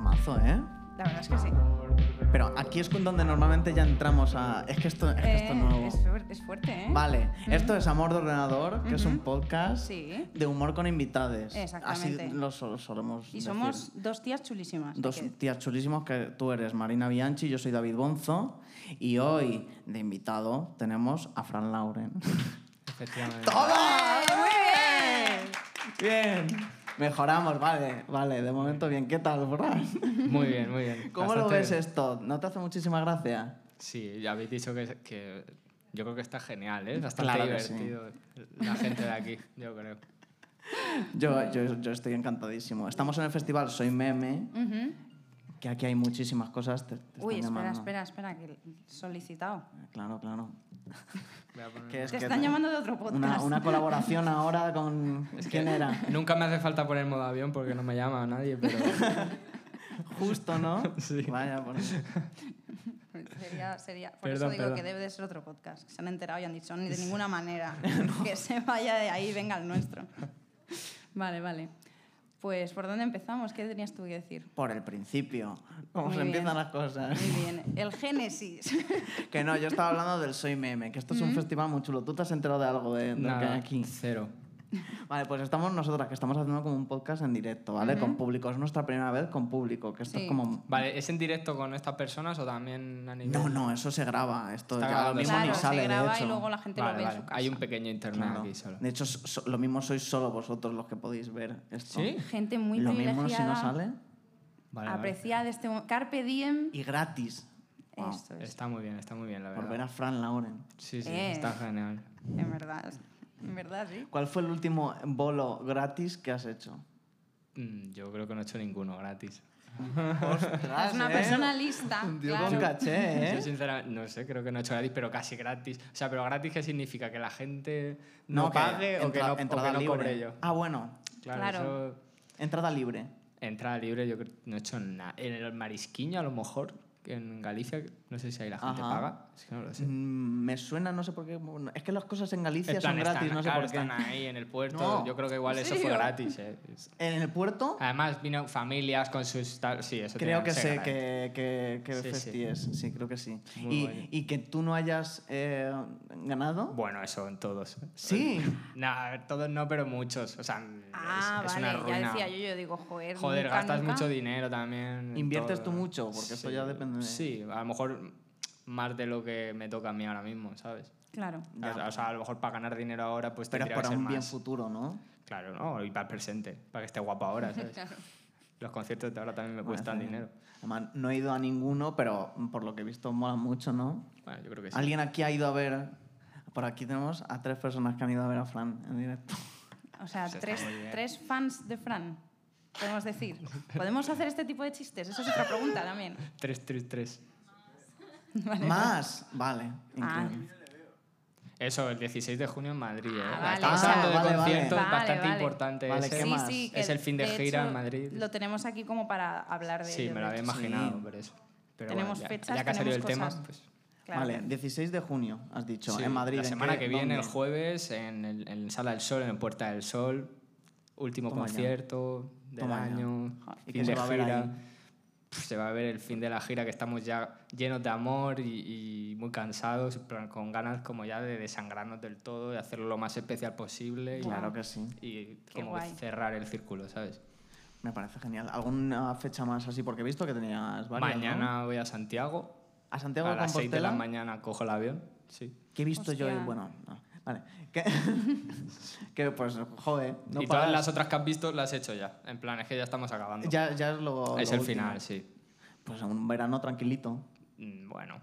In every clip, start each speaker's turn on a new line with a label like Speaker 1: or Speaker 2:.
Speaker 1: mazo, ¿eh?
Speaker 2: La verdad es que sí.
Speaker 1: Pero aquí es con donde normalmente ya entramos a... Es que esto es, que esto
Speaker 2: Eh,
Speaker 1: es nuevo.
Speaker 2: es, fuer- es fuerte, ¿eh?
Speaker 1: Vale, esto es Amor de Ordenador, que es un
Speaker 2: Ujú.
Speaker 1: podcast
Speaker 2: Sí.
Speaker 1: de humor con invitades.
Speaker 2: Exactamente.
Speaker 1: Así lo sol- solemos
Speaker 2: Y
Speaker 1: decir.
Speaker 2: somos dos tías chulísimas. hay
Speaker 1: Dos
Speaker 2: que-
Speaker 1: tías chulísimos que tú eres Marina Bianchi, yo soy David Bonzo y hoy de invitado tenemos a Fran Lauren.
Speaker 3: Efectivamente.
Speaker 1: ¡Toma!
Speaker 2: ¡Ah! ¡Muy bien!
Speaker 1: Bien, mejoramos, vale, vale, de momento bien. ¿Qué tal, Fran?
Speaker 3: Muy bien, muy bien.
Speaker 1: ¿Cómo lo
Speaker 3: Bastante
Speaker 1: ves
Speaker 3: bien.
Speaker 1: esto? ¿No te hace muchísima gracia?
Speaker 3: Sí, ya habéis dicho que, que yo creo que está genial, ¿eh? Es bastante
Speaker 1: Claro que sí.
Speaker 3: divertido la gente de aquí, yo creo.
Speaker 1: Yo, yo, yo estoy encantadísimo. Estamos en el festival Soy Meme,
Speaker 2: Ujú.
Speaker 1: que aquí hay muchísimas cosas. Te, te
Speaker 2: Uy, espera,
Speaker 1: están llamando.
Speaker 2: espera, espera, que solicitado.
Speaker 1: Claro, claro.
Speaker 3: Voy a poner-
Speaker 1: Que es
Speaker 2: Te
Speaker 1: que
Speaker 2: están llamando de otro podcast.
Speaker 1: Una, una colaboración ahora con...
Speaker 3: Es
Speaker 1: ¿Quién
Speaker 3: que
Speaker 1: era?
Speaker 3: Nunca me hace falta poner modo avión porque no me llama a nadie, pero
Speaker 1: Justo, ¿no?
Speaker 3: Sí.
Speaker 1: Vaya, por...
Speaker 2: Sería, sería, por eso
Speaker 3: Perdón,
Speaker 2: digo
Speaker 3: perdón.
Speaker 2: que debe de ser otro podcast. Que se han enterado y han dicho, ni de ninguna manera. Que se vaya de ahí, venga el nuestro. vale, vale. Pues, ¿por dónde empezamos? ¿Qué tenías tú que decir?
Speaker 1: por el principio. Cómo
Speaker 2: Muy
Speaker 1: se
Speaker 2: bien.
Speaker 1: empiezan las cosas.
Speaker 2: Muy bien. El Génesis.
Speaker 1: Que no, yo estaba hablando del Soy Meme, que esto es un festival muy chulo. ¿Tú te has enterado de algo de, de lo que
Speaker 3: nada,
Speaker 1: hay aquí?
Speaker 3: cero.
Speaker 1: Vale, pues estamos nosotras, que estamos haciendo como un podcast en directo, ¿vale? Con público. Es nuestra primera vez con público, que esto
Speaker 2: Sí.
Speaker 1: es como...
Speaker 3: Vale, ¿es en directo con estas personas o también a nivel...?
Speaker 1: No, no, eso se graba. Esto
Speaker 3: Está
Speaker 1: ya lo
Speaker 3: grabando.
Speaker 1: mismo
Speaker 2: claro,
Speaker 1: ni sale,
Speaker 2: se graba
Speaker 1: de hecho.
Speaker 2: y luego la gente lo
Speaker 3: Vale,
Speaker 2: ve
Speaker 3: vale.
Speaker 2: en su casa.
Speaker 3: Hay un pequeño internet
Speaker 1: Claro.
Speaker 3: aquí solo.
Speaker 1: De hecho, so- lo mismo sois solo vosotros los que podéis ver esto.
Speaker 3: ¿Sí?
Speaker 2: Gente muy
Speaker 1: lo mismo si
Speaker 2: privilegiada.
Speaker 1: no sale.
Speaker 3: Vale, vale.
Speaker 2: apreciada de este mo- Carpe diem.
Speaker 1: Y gratis. Wow.
Speaker 2: Esto es,
Speaker 3: Está muy bien, está muy bien, la verdad.
Speaker 1: Por ver a Fran Lauren.
Speaker 3: Sí, sí,
Speaker 2: Eh.
Speaker 3: está genial.
Speaker 2: en verdad. En verdad, sí.
Speaker 1: ¿Cuál fue el último bolo gratis que has hecho?
Speaker 3: Mm, Yo creo que no he hecho ninguno gratis.
Speaker 1: Ostras,
Speaker 2: Es una
Speaker 1: ¿eh?
Speaker 2: persona lista.
Speaker 1: Un tío
Speaker 2: claro.
Speaker 1: con caché,
Speaker 3: Yo
Speaker 1: ¿eh?
Speaker 3: sinceramente, no sé, creo que no he hecho gratis, pero casi gratis. O sea, pero gratis ¿qué significa? ¿Que la gente no,
Speaker 1: que
Speaker 3: pague o que
Speaker 1: entra-
Speaker 3: no, o que
Speaker 1: entrada
Speaker 3: no
Speaker 1: libre.
Speaker 3: cobre yo?
Speaker 1: Ah, bueno,
Speaker 3: Claro,
Speaker 2: Claro.
Speaker 3: eso...
Speaker 1: entrada libre.
Speaker 3: Entrada libre yo creo- no he hecho nada. En el Marisquiño, a lo mejor, que en Galicia, no sé si ahí la gente
Speaker 1: Ajá.
Speaker 3: paga. Es que no lo sé.
Speaker 1: Mm, me suena, no sé por qué. bueno, Es que las cosas en Galicia
Speaker 3: En plan,
Speaker 1: son gratis,
Speaker 3: están,
Speaker 1: no sé
Speaker 3: claro,
Speaker 1: por qué.
Speaker 3: están ahí en el puerto.
Speaker 1: No.
Speaker 3: Yo creo que igual
Speaker 2: ¿En
Speaker 3: eso fue
Speaker 2: serio?
Speaker 3: gratis. eh. Es-
Speaker 1: En el puerto,
Speaker 3: Además, vino familias con sus... tal- Sí, eso
Speaker 1: creo
Speaker 3: tenía
Speaker 1: que
Speaker 3: ser
Speaker 1: sé
Speaker 3: gratis.
Speaker 1: que, que, que
Speaker 3: Sí, sí.
Speaker 1: festi es. Sí, creo que sí.
Speaker 3: Muy
Speaker 1: Y,
Speaker 3: guay.
Speaker 1: y que tú no hayas eh, ganado.
Speaker 3: Bueno, eso en todos. ¿eh?
Speaker 1: Sí.
Speaker 3: No, a ver, todos no, pero muchos. O sea, es-
Speaker 2: Ah,
Speaker 3: es,
Speaker 2: vale,
Speaker 3: una ruina.
Speaker 2: ya decía yo, yo digo, joder,
Speaker 3: Joder,
Speaker 2: nunca,
Speaker 3: gastas
Speaker 2: nunca.
Speaker 3: mucho dinero también. en
Speaker 1: ¿Inviertes
Speaker 3: todo. ¿eh?
Speaker 1: tú mucho? Porque eso ya depende de-
Speaker 3: Sí, a lo mejor más de lo que me toca a mí ahora mismo, ¿sabes?
Speaker 2: Claro.
Speaker 1: Ya.
Speaker 3: O sea, O sea, a lo mejor para ganar dinero ahora, pues
Speaker 1: Pero es
Speaker 3: tendría que
Speaker 1: para
Speaker 3: ser
Speaker 1: un bien
Speaker 3: más.
Speaker 1: futuro, ¿no?
Speaker 3: Claro, ¿no? Y para el presente, para que esté guapo ahora, ¿sabes?
Speaker 2: Claro.
Speaker 3: Los conciertos de ahora también me
Speaker 1: Bueno,
Speaker 3: cuestan
Speaker 1: está bien.
Speaker 3: dinero.
Speaker 1: Además, no he ido a ninguno, pero por lo que he visto mola mucho, ¿no?
Speaker 3: Bueno, yo creo que Pues sí.
Speaker 1: ¿Alguien aquí ha ido a ver? Por aquí tenemos a tres personas que han ido a ver a Fran en directo.
Speaker 2: O sea,
Speaker 3: Pues está
Speaker 2: tres,
Speaker 3: muy bien.
Speaker 2: tres fans de Fran, podemos decir. ¿Podemos hacer este tipo de chistes? Esa es otra pregunta también.
Speaker 3: Tres, tres, tres.
Speaker 2: Vale.
Speaker 1: Más, vale.
Speaker 2: Ah.
Speaker 1: increíble.
Speaker 3: Eso, el 16 de junio en Madrid, ¿eh?
Speaker 2: Ah, vale,
Speaker 3: Estamos
Speaker 2: vale,
Speaker 3: hablando de
Speaker 1: vale, vale.
Speaker 3: conciertos
Speaker 2: Vale,
Speaker 3: bastante
Speaker 2: vale.
Speaker 3: importantes.
Speaker 1: Vale,
Speaker 3: ese.
Speaker 1: ¿qué
Speaker 2: sí,
Speaker 1: más?
Speaker 2: sí,
Speaker 3: Es el fin de gira en Madrid.
Speaker 2: Lo tenemos aquí como para hablar de
Speaker 3: Sí,
Speaker 2: ello,
Speaker 3: me
Speaker 2: de
Speaker 3: lo había
Speaker 2: hecho.
Speaker 3: imaginado, por eso. Pero bueno,
Speaker 2: Tenemos
Speaker 3: ya-
Speaker 2: fechas,
Speaker 3: Ya que ha salido el
Speaker 2: tenemos
Speaker 3: tema,
Speaker 2: cosas.
Speaker 3: pues...
Speaker 2: Claro.
Speaker 1: Vale, 16 de junio, has dicho,
Speaker 3: Sí,
Speaker 1: en Madrid.
Speaker 3: La
Speaker 1: ¿en
Speaker 3: semana
Speaker 1: qué-
Speaker 3: que viene,
Speaker 1: dónde?
Speaker 3: el jueves, en, el, en Sala del Sol, en Puerta del Sol. Último
Speaker 1: Toma ya.
Speaker 3: concierto del
Speaker 1: Toma ya.
Speaker 3: año,
Speaker 1: Joder. ¿Y qué
Speaker 3: fin
Speaker 1: se
Speaker 3: de
Speaker 1: va a ver
Speaker 3: gira.
Speaker 1: ahí?
Speaker 3: Pf, Se va a ver el fin de la gira, que estamos ya llenos de amor y, y muy cansados, en plan, con ganas como ya de desangrarnos del todo, de hacerlo lo más especial posible y,
Speaker 1: Claro que sí,
Speaker 3: y
Speaker 2: Qué
Speaker 3: como
Speaker 2: guay.
Speaker 3: cerrar el círculo, ¿sabes?
Speaker 1: me parece genial. ¿Alguna fecha más así? Porque he visto que tenías varias. ¿no?
Speaker 3: Mañana voy a Santiago,
Speaker 1: A Santiago
Speaker 3: a
Speaker 1: de
Speaker 3: las 6 de la
Speaker 1: Compostela.
Speaker 3: mañana cojo el avión. Sí.
Speaker 1: Que he visto yo y
Speaker 2: Hostia.
Speaker 1: bueno, no, vale. Que, que, pues, joder, no
Speaker 3: y todas
Speaker 1: paras.
Speaker 3: las otras que has visto las he hecho ya. En plan, es que ya estamos acabando.
Speaker 1: Ya, ya es lo.
Speaker 3: es
Speaker 1: lo
Speaker 3: el
Speaker 1: último.
Speaker 3: final, sí.
Speaker 1: Pues un verano tranquilito.
Speaker 3: Mm, Bueno.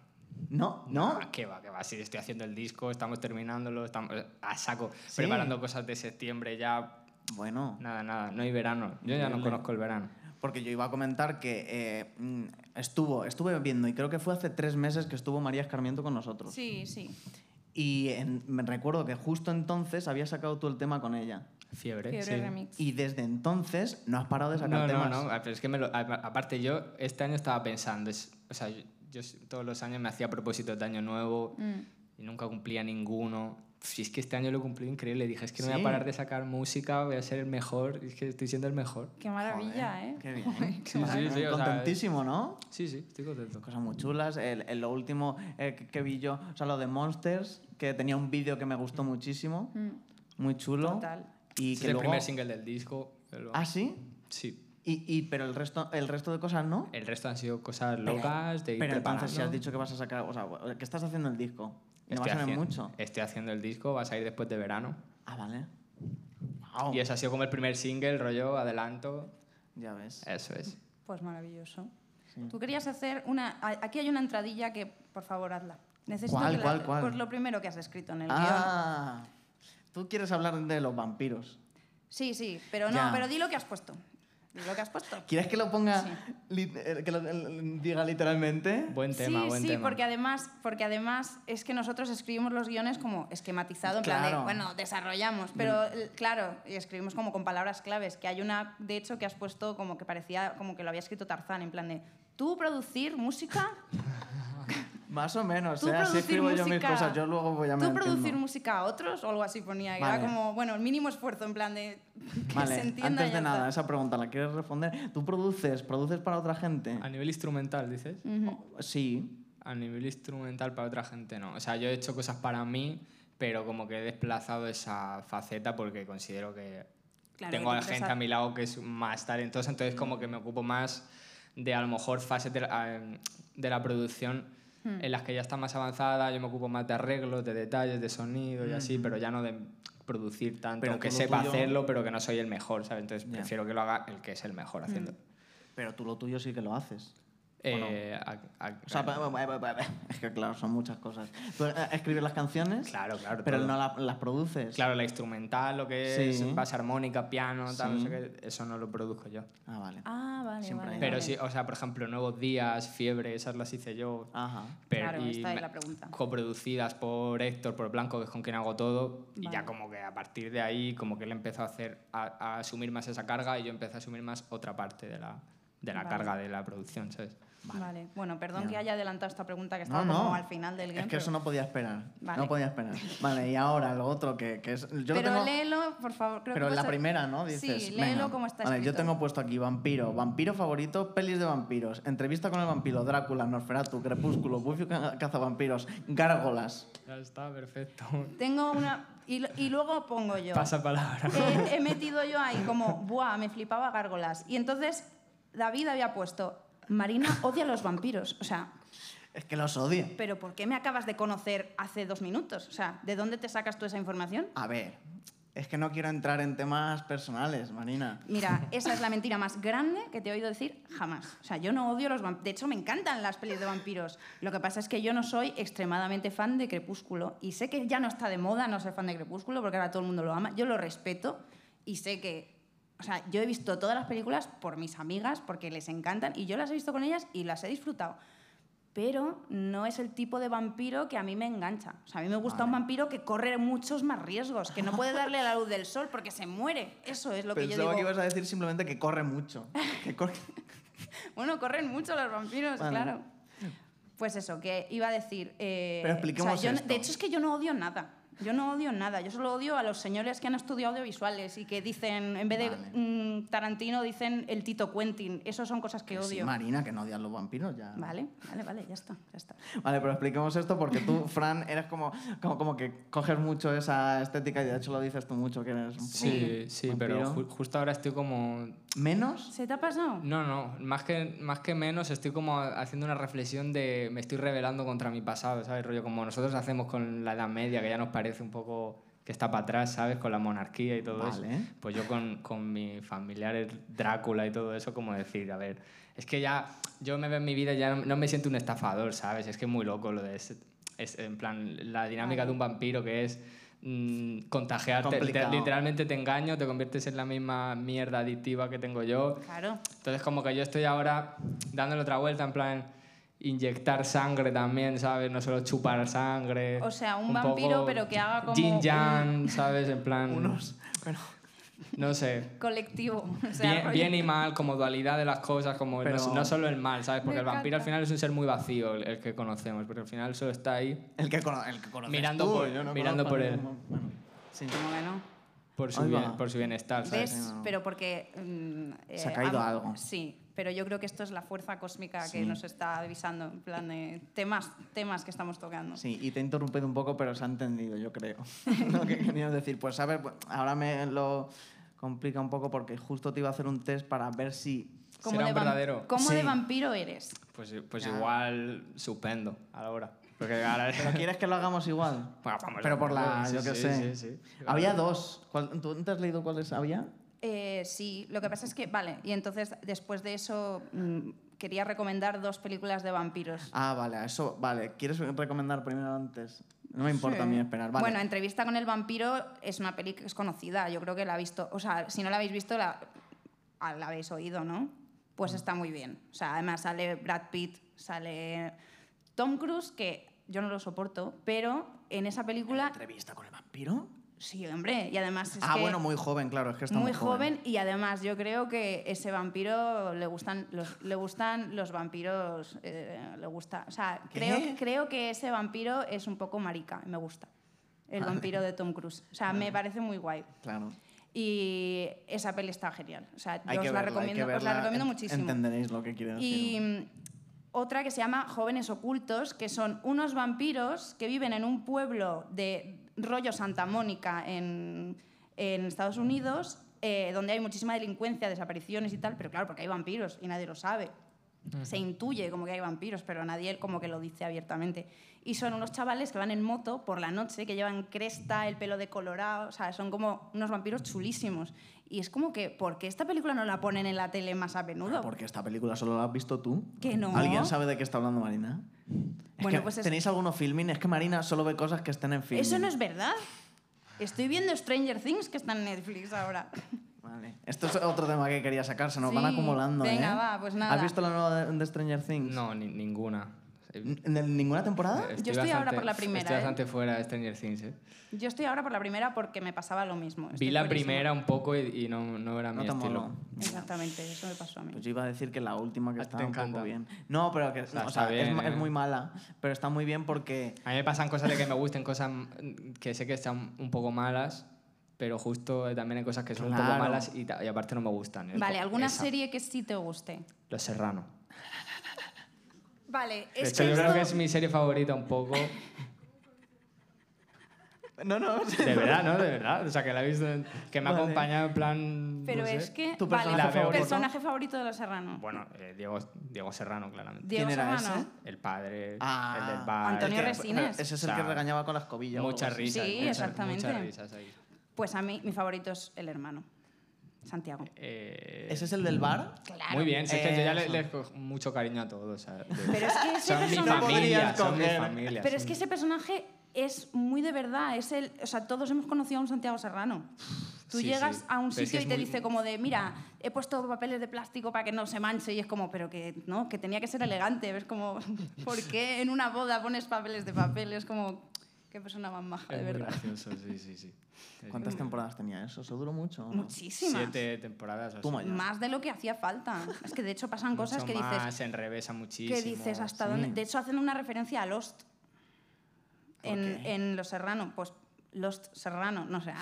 Speaker 1: No, no.
Speaker 3: Ah, ¿Qué va, qué va? Si estoy haciendo el disco, estamos terminándolo, estamos eh, a saco,
Speaker 1: Sí.
Speaker 3: preparando cosas de septiembre ya.
Speaker 1: Bueno,
Speaker 3: Nada, nada, no hay verano. Yo ya no
Speaker 1: Increíble.
Speaker 3: conozco el verano.
Speaker 1: porque yo iba a comentar que eh, mm, estuvo, estuve viendo y creo que fue hace tres meses que estuvo María Escarmiento con nosotros.
Speaker 2: Sí, sí.
Speaker 1: Y en- me recuerdo que justo entonces había sacado tú el tema con ella.
Speaker 3: Fiebre,
Speaker 2: Fiebre
Speaker 3: sí.
Speaker 2: remix.
Speaker 1: Y desde entonces no has parado de sacar
Speaker 3: No, no,
Speaker 1: temas.
Speaker 3: no, ah, pero es que me lo- a- aparte yo este año estaba pensando, es- o sea, yo, yo s- todos los años me hacía propósitos de año nuevo
Speaker 2: Mm.
Speaker 3: y nunca cumplía ninguno. si es que este año lo he cumplido increíble, dije, es que no voy
Speaker 1: Sí.
Speaker 3: a parar de sacar música, voy a ser el mejor, es que estoy siendo el mejor.
Speaker 2: Qué maravilla,
Speaker 1: Joder,
Speaker 2: ¿eh?
Speaker 1: Qué
Speaker 2: Joder,
Speaker 1: bien.
Speaker 2: qué
Speaker 3: Sí, sí,
Speaker 2: maravilla.
Speaker 3: sí, o sea,
Speaker 1: Contentísimo, ¿no?
Speaker 3: Sí, sí, estoy contento.
Speaker 1: Cosas muy chulas. El, el- lo último eh, que, que vi yo, o sea, lo de Monsters, que tenía un vídeo que me gustó muchísimo,
Speaker 2: Mm,
Speaker 1: muy chulo.
Speaker 2: Total.
Speaker 1: Y
Speaker 3: Ese
Speaker 1: que
Speaker 3: es el
Speaker 1: luego-
Speaker 3: primer single del disco. pero-
Speaker 1: Ah, sí.
Speaker 3: Sí.
Speaker 1: Y, y- pero el resto, el resto de cosas no.
Speaker 3: El resto han sido cosas
Speaker 1: Pero-
Speaker 3: locas, de ir
Speaker 1: Pero entonces si
Speaker 3: preparando.
Speaker 1: has dicho que vas a sacar, o sea, que estás haciendo el disco. Y No va a
Speaker 3: Estoy
Speaker 1: salir
Speaker 3: haciendo-
Speaker 1: mucho.
Speaker 3: Estoy haciendo el disco, va a salir después de verano.
Speaker 1: Ah, vale. Wow.
Speaker 3: Y ese ha sido como el primer single, rollo, adelanto.
Speaker 1: Ya ves.
Speaker 3: Eso es.
Speaker 2: Pues maravilloso. Tú querías hacer una... a- Aquí hay una entradilla que, por favor, hazla. Necesito
Speaker 1: ¿Cuál,
Speaker 2: que la-
Speaker 1: cuál, cuál?
Speaker 2: Pues lo primero que has escrito en el guión.
Speaker 1: Ah, tú quieres hablar de los vampiros.
Speaker 2: Sí, sí, pero no,
Speaker 1: Ya.
Speaker 2: pero di lo que has puesto. Di lo que has puesto.
Speaker 1: ¿Quieres que lo ponga,
Speaker 2: Sí.
Speaker 1: lit- eh, que lo eh, diga literalmente?
Speaker 3: Buen tema,
Speaker 2: sí,
Speaker 3: buen
Speaker 2: sí,
Speaker 3: tema.
Speaker 2: porque además, porque además es que nosotros escribimos los guiones como esquematizado, en plan
Speaker 1: Claro. Mm.
Speaker 2: de, bueno, desarrollamos, pero l- claro, y escribimos como con palabras claves, que hay una, de hecho, que has puesto como que parecía como que lo había escrito Tarzán, en plan de, tú producir música,
Speaker 1: Más o menos,
Speaker 2: tú
Speaker 1: ¿eh? así
Speaker 2: producir
Speaker 1: escribo yo mis
Speaker 2: música,
Speaker 1: cosas, yo luego voy a
Speaker 2: tú producir música a otros o algo así ponía, y era
Speaker 1: Vale.
Speaker 2: como, bueno, el mínimo esfuerzo, en plan de, que
Speaker 1: Vale,
Speaker 2: se entienda y
Speaker 1: antes
Speaker 2: ya
Speaker 1: de nada,
Speaker 2: está.
Speaker 1: esa pregunta la quieres responder. ¿Tú produces, produces para otra gente?
Speaker 3: A nivel instrumental, dices.
Speaker 2: Ujú.
Speaker 1: Sí.
Speaker 3: A nivel instrumental para otra gente no. O sea, yo he hecho cosas para mí, pero como que he desplazado esa faceta porque considero que
Speaker 2: Claro,
Speaker 3: tengo
Speaker 2: que
Speaker 3: a
Speaker 2: tú
Speaker 3: gente
Speaker 2: te sa-
Speaker 3: a mi lado que es más talentosa, entonces como que me ocupo más de a lo mejor fases de la, em, de la producción en las que ya está más avanzada, yo me ocupo más de arreglos, de detalles, de sonido y así, pero ya no de producir tanto,
Speaker 1: Pero
Speaker 3: aunque
Speaker 1: tú lo
Speaker 3: sepa
Speaker 1: tuyo-
Speaker 3: hacerlo, pero que no soy el mejor, ¿sabes? Entonces
Speaker 1: Ya.
Speaker 3: prefiero que lo haga el que es el mejor haciendo.
Speaker 1: Pero tú lo tuyo sí que lo haces.
Speaker 3: Eh, a- a-
Speaker 1: O sea, pa- pa- pa- pa- pa- es que claro, son muchas cosas. Tú eh, escribes las canciones,
Speaker 3: claro, claro.
Speaker 1: pero
Speaker 3: todo.
Speaker 1: no la- las produces.
Speaker 3: Claro, la instrumental, lo que
Speaker 1: Sí.
Speaker 3: es base armónica, piano, tal, no
Speaker 1: Sí.
Speaker 3: sé qué, eso no lo produjo yo.
Speaker 1: Ah, vale.
Speaker 2: Ah, vale,
Speaker 1: Siempre
Speaker 2: vale.
Speaker 1: hay
Speaker 3: Pero
Speaker 2: vale.
Speaker 3: sí, o sea, por ejemplo, Nuevos Días, Fiebre, esas las hice yo.
Speaker 1: Ajá.
Speaker 3: Pero,
Speaker 2: Claro,
Speaker 3: y
Speaker 2: esta es
Speaker 3: me-
Speaker 2: la pregunta.
Speaker 3: Coproducidas por Héctor, por Blanco, que es con quien hago todo. Y
Speaker 2: Vale.
Speaker 3: ya como que a partir de ahí, como que él empezó a hacer, a, a asumir más esa carga y yo empecé a asumir más otra parte de la, de la
Speaker 2: Vale.
Speaker 3: carga de la producción, ¿sabes?
Speaker 2: Vale. bueno, perdón
Speaker 1: Ya.
Speaker 2: que haya adelantado esta pregunta que
Speaker 1: No,
Speaker 2: estaba
Speaker 1: no.
Speaker 2: como al final del guión.
Speaker 1: Es que eso
Speaker 2: pero-
Speaker 1: no podía esperar.
Speaker 2: Vale.
Speaker 1: No podía esperar. Vale, y ahora lo otro que, que es. Yo lo
Speaker 2: pero
Speaker 1: tengo-
Speaker 2: léelo, por favor. Creo
Speaker 1: Pero
Speaker 2: que
Speaker 1: en la
Speaker 2: puede ser-
Speaker 1: primera, ¿no? Dices,
Speaker 2: sí, léelo
Speaker 1: venga.
Speaker 2: como está
Speaker 1: Vale,
Speaker 2: escrito.
Speaker 1: yo tengo puesto aquí vampiro, vampiro favorito, pelis de vampiros, entrevista con el vampiro, Drácula, Nosferatu, Crepúsculo, Buffy ca- cazavampiros, gárgolas.
Speaker 3: Ya está, perfecto.
Speaker 2: Tengo una... Y, lo- y luego pongo yo.
Speaker 3: Pasa palabra.
Speaker 2: He, he metido yo ahí como, buah, me flipaba gárgolas. Y entonces David había puesto, Marina odia a los vampiros. O sea,
Speaker 1: Es que los odio.
Speaker 2: pero ¿por qué me acabas de conocer hace dos minutos? O sea, ¿de dónde te sacas tú esa información?
Speaker 1: A ver, es que no quiero entrar en temas personales, Marina.
Speaker 2: Mira, esa es la mentira más grande que te he oído decir jamás. O sea, yo no odio los vampiros. De hecho, me encantan las pelis de vampiros. Lo que pasa es que yo no soy extremadamente fan de Crepúsculo. Y sé que ya no está de moda no ser fan de Crepúsculo, porque ahora todo el mundo lo ama. Yo lo respeto y sé que... O sea, yo he visto todas las películas por mis amigas, porque les encantan, y yo las he visto con ellas y las he disfrutado. Pero no es el tipo de vampiro que a mí me engancha. O sea, a mí me gusta un vampiro que corre muchos más riesgos, que no puede darle a la luz del sol porque se muere. Eso es lo que yo
Speaker 1: Pensaba
Speaker 2: digo.
Speaker 1: que ibas a decir simplemente que corre mucho. Que corre-
Speaker 2: Bueno, corren mucho los vampiros,
Speaker 1: Vale.
Speaker 2: claro. Pues eso, que iba a decir. eh,
Speaker 1: Pero expliquemos
Speaker 2: yo no-
Speaker 1: esto.
Speaker 2: De hecho, es que yo no odio nada. Yo no odio nada. Yo solo odio a los señores que han estudiado audiovisuales y que dicen, en vez de
Speaker 1: Vale.
Speaker 2: mm, Tarantino, dicen el Tito Quentin. Eso son cosas que
Speaker 1: Que sí,
Speaker 2: odio.
Speaker 1: Marina, que no odias los vampiros ya.
Speaker 2: vale, vale, vale, ya está, ya está.
Speaker 1: Vale, pero expliquemos esto porque tú, Fran, eres como, como, como que coges mucho esa estética y de hecho lo dices tú mucho, que eres un poco
Speaker 3: Sí, sí, pero
Speaker 1: vampiro.
Speaker 3: ju- justo ahora estoy como
Speaker 1: ¿Menos?
Speaker 2: ¿Se te ha pasado?
Speaker 3: No, no, más que, más que menos estoy como haciendo una reflexión de me estoy rebelando contra mi pasado, ¿sabes? Rollo como nosotros hacemos con la Edad Media, que ya nos parece un poco que está para atrás, ¿sabes? Con la monarquía y todo
Speaker 1: Vale.
Speaker 3: eso. Pues yo con, con mis familiares Drácula y todo eso, como decir, a ver, es que ya yo me veo en mi vida y ya no, no me siento un estafador, ¿sabes? Es que es muy loco lo de ese- es, en plan, la dinámica de un vampiro que es mm, contagiarte, te-
Speaker 1: Complicado.
Speaker 3: literalmente te engaño, te conviertes en la misma mierda adictiva que tengo yo.
Speaker 2: Claro.
Speaker 3: Entonces como que yo estoy ahora dándole otra vuelta, en plan inyectar sangre también, ¿sabes? No solo chupar sangre.
Speaker 2: O sea, un
Speaker 3: poco
Speaker 2: vampiro, pero que haga como
Speaker 3: Yin
Speaker 2: un-
Speaker 3: yang, ¿sabes? En plan...
Speaker 1: Unos. Pero,
Speaker 3: No sé.
Speaker 2: colectivo. o sea,
Speaker 3: Bien,
Speaker 2: rollo-
Speaker 3: bien y mal, como dualidad de las cosas, como no-
Speaker 1: Pero-
Speaker 3: no, solo el mal, ¿sabes? Porque
Speaker 2: Me
Speaker 3: el vampiro al
Speaker 2: encanta.
Speaker 3: final es un ser muy vacío, el, el que conocemos, porque al final solo está ahí
Speaker 1: El que, cono- el que conoces
Speaker 3: Mirando
Speaker 1: tú, ¿eh?
Speaker 3: por-
Speaker 1: yo no
Speaker 3: mirando
Speaker 1: conozco
Speaker 3: por
Speaker 1: a
Speaker 3: él.
Speaker 1: ninguno. Bueno, sí.
Speaker 2: Como que no.
Speaker 3: por su,
Speaker 1: Ahí va.
Speaker 3: bien- por su bienestar, ¿sabes?
Speaker 2: ¿Ves?
Speaker 1: no.
Speaker 2: Pero porque... mm,
Speaker 1: Se ha
Speaker 2: eh,
Speaker 1: caído
Speaker 2: am-
Speaker 1: algo.
Speaker 2: Sí, pero yo creo que esto es la fuerza cósmica que
Speaker 1: Sí.
Speaker 2: nos está avisando, en plan de temas, temas que estamos tocando.
Speaker 1: Sí, y te he interrumpido un poco, pero se ha entendido, yo creo. lo que quería decir. Pues, a ver, pues, ahora me lo complica un poco porque justo te iba a hacer un test para ver si.
Speaker 2: ¿Cómo
Speaker 3: Será
Speaker 2: de
Speaker 3: un
Speaker 2: vam-
Speaker 3: verdadero.
Speaker 2: ¿Cómo de
Speaker 1: Sí.
Speaker 2: vampiro eres?
Speaker 3: Pues, pues
Speaker 1: Ya.
Speaker 3: igual suspendo ahora. Porque ahora...
Speaker 1: ¿Pero quieres que lo hagamos igual?
Speaker 3: Bueno, vamos a
Speaker 1: pero por la.
Speaker 3: verlo.
Speaker 1: yo
Speaker 3: Sí,
Speaker 1: qué
Speaker 3: sí,
Speaker 1: sé.
Speaker 3: sí, sí.
Speaker 2: Ah,
Speaker 1: Había dos. ¿Cuál- ¿Tú te has leído cuáles había?
Speaker 2: Eh, sí, lo que pasa es que, vale, y entonces después de eso mm, quería recomendar dos películas de vampiros.
Speaker 1: Ah, vale, a eso. Vale, ¿quieres recomendar primero antes? No me importa a mí
Speaker 2: Sí.
Speaker 1: esperar. Vale.
Speaker 2: Bueno, Entrevista con el vampiro es una peli que es conocida, yo creo que la ha visto, o sea, si no la habéis visto, la, ah, la habéis oído, ¿no?
Speaker 1: Mm.
Speaker 2: Pues está muy bien. O sea, además sale Brad Pitt, sale Tom Cruise, que yo no lo soporto, pero en esa película,
Speaker 1: ¿Entrevista con el vampiro?
Speaker 2: sí, hombre, y además es
Speaker 1: ah,
Speaker 2: que
Speaker 1: bueno, muy joven, claro, es que está
Speaker 2: muy joven y además yo creo que ese vampiro le gustan los le gustan los vampiros eh, le gusta o sea
Speaker 1: ¿Qué?
Speaker 2: creo creo que ese vampiro es un poco marica me gusta el vampiro de Tom Cruise o sea me parece muy guay
Speaker 1: Claro.
Speaker 2: y esa peli está genial o sea
Speaker 1: Hay
Speaker 2: yo
Speaker 1: que
Speaker 2: os la
Speaker 1: verla, hay
Speaker 2: recomiendo
Speaker 1: que
Speaker 2: os la
Speaker 1: verla,
Speaker 2: recomiendo
Speaker 1: en-
Speaker 2: muchísimo
Speaker 1: Entenderéis lo que quiero
Speaker 2: y
Speaker 1: decir.
Speaker 2: mm, otra que se llama Jóvenes Ocultos, que son unos vampiros que viven en un pueblo de rollo Santa Mónica en, en Estados Unidos, eh, donde hay muchísima delincuencia, desapariciones y tal, pero claro, porque hay vampiros y nadie lo sabe. Se intuye como que hay vampiros, pero nadie como que lo dice abiertamente. Y son unos chavales que van en moto por la noche, que llevan cresta, el pelo decolorado, o sea, son como unos vampiros chulísimos. Y es como que, ¿por qué esta película no la ponen en la tele más a menudo?
Speaker 1: Ah, Porque esta película solo la has visto tú.
Speaker 2: Que no.
Speaker 1: ¿Alguien sabe de qué está hablando Marina? Es
Speaker 2: Bueno,
Speaker 1: que
Speaker 2: pues es-
Speaker 1: ¿Tenéis algunos filming? Es que Marina solo ve cosas que están en filming.
Speaker 2: Eso no es verdad. Estoy viendo Stranger Things que está en Netflix ahora.
Speaker 1: Vale. Esto es otro tema que quería sacar, se nos van
Speaker 2: Sí,
Speaker 1: acumulando, ¿eh?
Speaker 2: venga, va, pues nada.
Speaker 1: ¿Has visto la nueva de, de Stranger Things?
Speaker 3: No, ni- ninguna.
Speaker 1: N- ¿De ninguna temporada?
Speaker 2: Yo estoy ahora por la primera,
Speaker 3: Estoy
Speaker 2: ¿eh?
Speaker 3: bastante fuera de Stranger Things, ¿eh?
Speaker 2: Yo estoy ahora por la primera porque me pasaba lo mismo. Estoy
Speaker 3: Vi la
Speaker 2: fuerísima.
Speaker 3: primera un poco y, y no, no era
Speaker 1: No
Speaker 3: mi
Speaker 1: te
Speaker 3: estilo.
Speaker 1: moló.
Speaker 2: Exactamente, eso me pasó a mí.
Speaker 1: Pues yo iba a decir que la última que
Speaker 3: A ti
Speaker 1: está
Speaker 3: te
Speaker 1: un poco
Speaker 3: encanta.
Speaker 1: bien. No, pero que
Speaker 3: sea,
Speaker 1: no, o
Speaker 3: está
Speaker 1: sea, es,
Speaker 3: bien,
Speaker 1: ma- es
Speaker 3: ¿eh?
Speaker 1: muy mala, pero está muy bien porque
Speaker 3: A mí me pasan cosas de que me gusten, cosas mm, que sé que están un poco malas, pero justo eh, también hay cosas que son un poco
Speaker 1: Claro.
Speaker 3: malas y, ta- y aparte no me gustan. ¿eh?
Speaker 2: Vale, ¿alguna
Speaker 3: Esa.
Speaker 2: serie que sí te guste?
Speaker 3: Los Serrano.
Speaker 2: Vale,
Speaker 3: De
Speaker 2: es
Speaker 3: hecho,
Speaker 2: que
Speaker 3: yo
Speaker 2: esto-
Speaker 3: creo que es mi serie favorita un poco.
Speaker 1: No, no, o sea,
Speaker 3: De verdad, ¿no? De verdad. O sea, que la he visto, en- que me ha
Speaker 1: Vale.
Speaker 3: acompañado en plan...
Speaker 2: Pero
Speaker 3: no sé.
Speaker 2: es que...
Speaker 1: Tu
Speaker 2: vale,
Speaker 1: personaje
Speaker 2: tu
Speaker 3: favorito.
Speaker 2: personaje favorito de Los Serrano.
Speaker 3: Bueno, eh, Diego, Diego Serrano, claramente.
Speaker 2: Diego
Speaker 1: ¿Quién era
Speaker 2: Serrano.
Speaker 1: ese?
Speaker 3: El padre,
Speaker 1: Ah,
Speaker 3: el del bar.
Speaker 2: Antonio
Speaker 1: el que-
Speaker 2: Resines.
Speaker 1: Ese es el
Speaker 3: O sea,
Speaker 1: que regañaba con la escobilla. o algo
Speaker 3: Muchas
Speaker 1: así.
Speaker 3: risas.
Speaker 2: Sí,
Speaker 3: muchas-
Speaker 2: exactamente.
Speaker 3: Muchas risas ahí.
Speaker 2: Pues a mí mi favorito es el hermano, Santiago.
Speaker 3: Eh,
Speaker 1: ¿Ese es el del bar?
Speaker 2: Claro.
Speaker 3: Muy bien, si es que yo ya le-
Speaker 1: Eso.
Speaker 3: les cojo mucho cariño a todos. o sea, de-
Speaker 2: Pero es que ese
Speaker 3: son mi
Speaker 2: personaje...
Speaker 3: familia,
Speaker 1: podrías
Speaker 3: son mi
Speaker 1: coger.
Speaker 3: familia.
Speaker 2: Pero es
Speaker 3: son-
Speaker 2: que ese personaje es muy de verdad, es el, o sea, todos hemos conocido a un Santiago Serrano. Tú
Speaker 3: Sí,
Speaker 2: llegas
Speaker 3: sí.
Speaker 2: a un
Speaker 3: Pero es que
Speaker 2: sitio
Speaker 3: es
Speaker 2: y te
Speaker 3: muy-
Speaker 2: dice como de, mira, he puesto papeles de plástico para que no se manche y es como, pero que no, que tenía que
Speaker 3: Mm.
Speaker 2: ser elegante, ves como, ¿por qué en una boda pones papeles de papel? Es como, qué persona más maja, de
Speaker 3: es muy
Speaker 2: verdad.
Speaker 3: gracioso, sí, sí, sí. Mm.
Speaker 1: ¿Cuántas temporadas tenía eso? ¿Eso duró mucho? o no?
Speaker 2: Muchísimas.
Speaker 3: Siete temporadas. o
Speaker 1: Toma
Speaker 3: así.
Speaker 1: ya.
Speaker 2: Más de lo que hacía falta. Es que de hecho pasan
Speaker 3: Mucho
Speaker 2: cosas que
Speaker 3: más,
Speaker 2: dices,
Speaker 3: se enrevesa muchísimo.
Speaker 2: que dices hasta
Speaker 1: sí.
Speaker 2: dónde. De hecho hacen una referencia a Lost.
Speaker 1: ¿Por
Speaker 2: En,
Speaker 1: qué?
Speaker 2: en Los Serrano, pues Lost Serrano, no sé.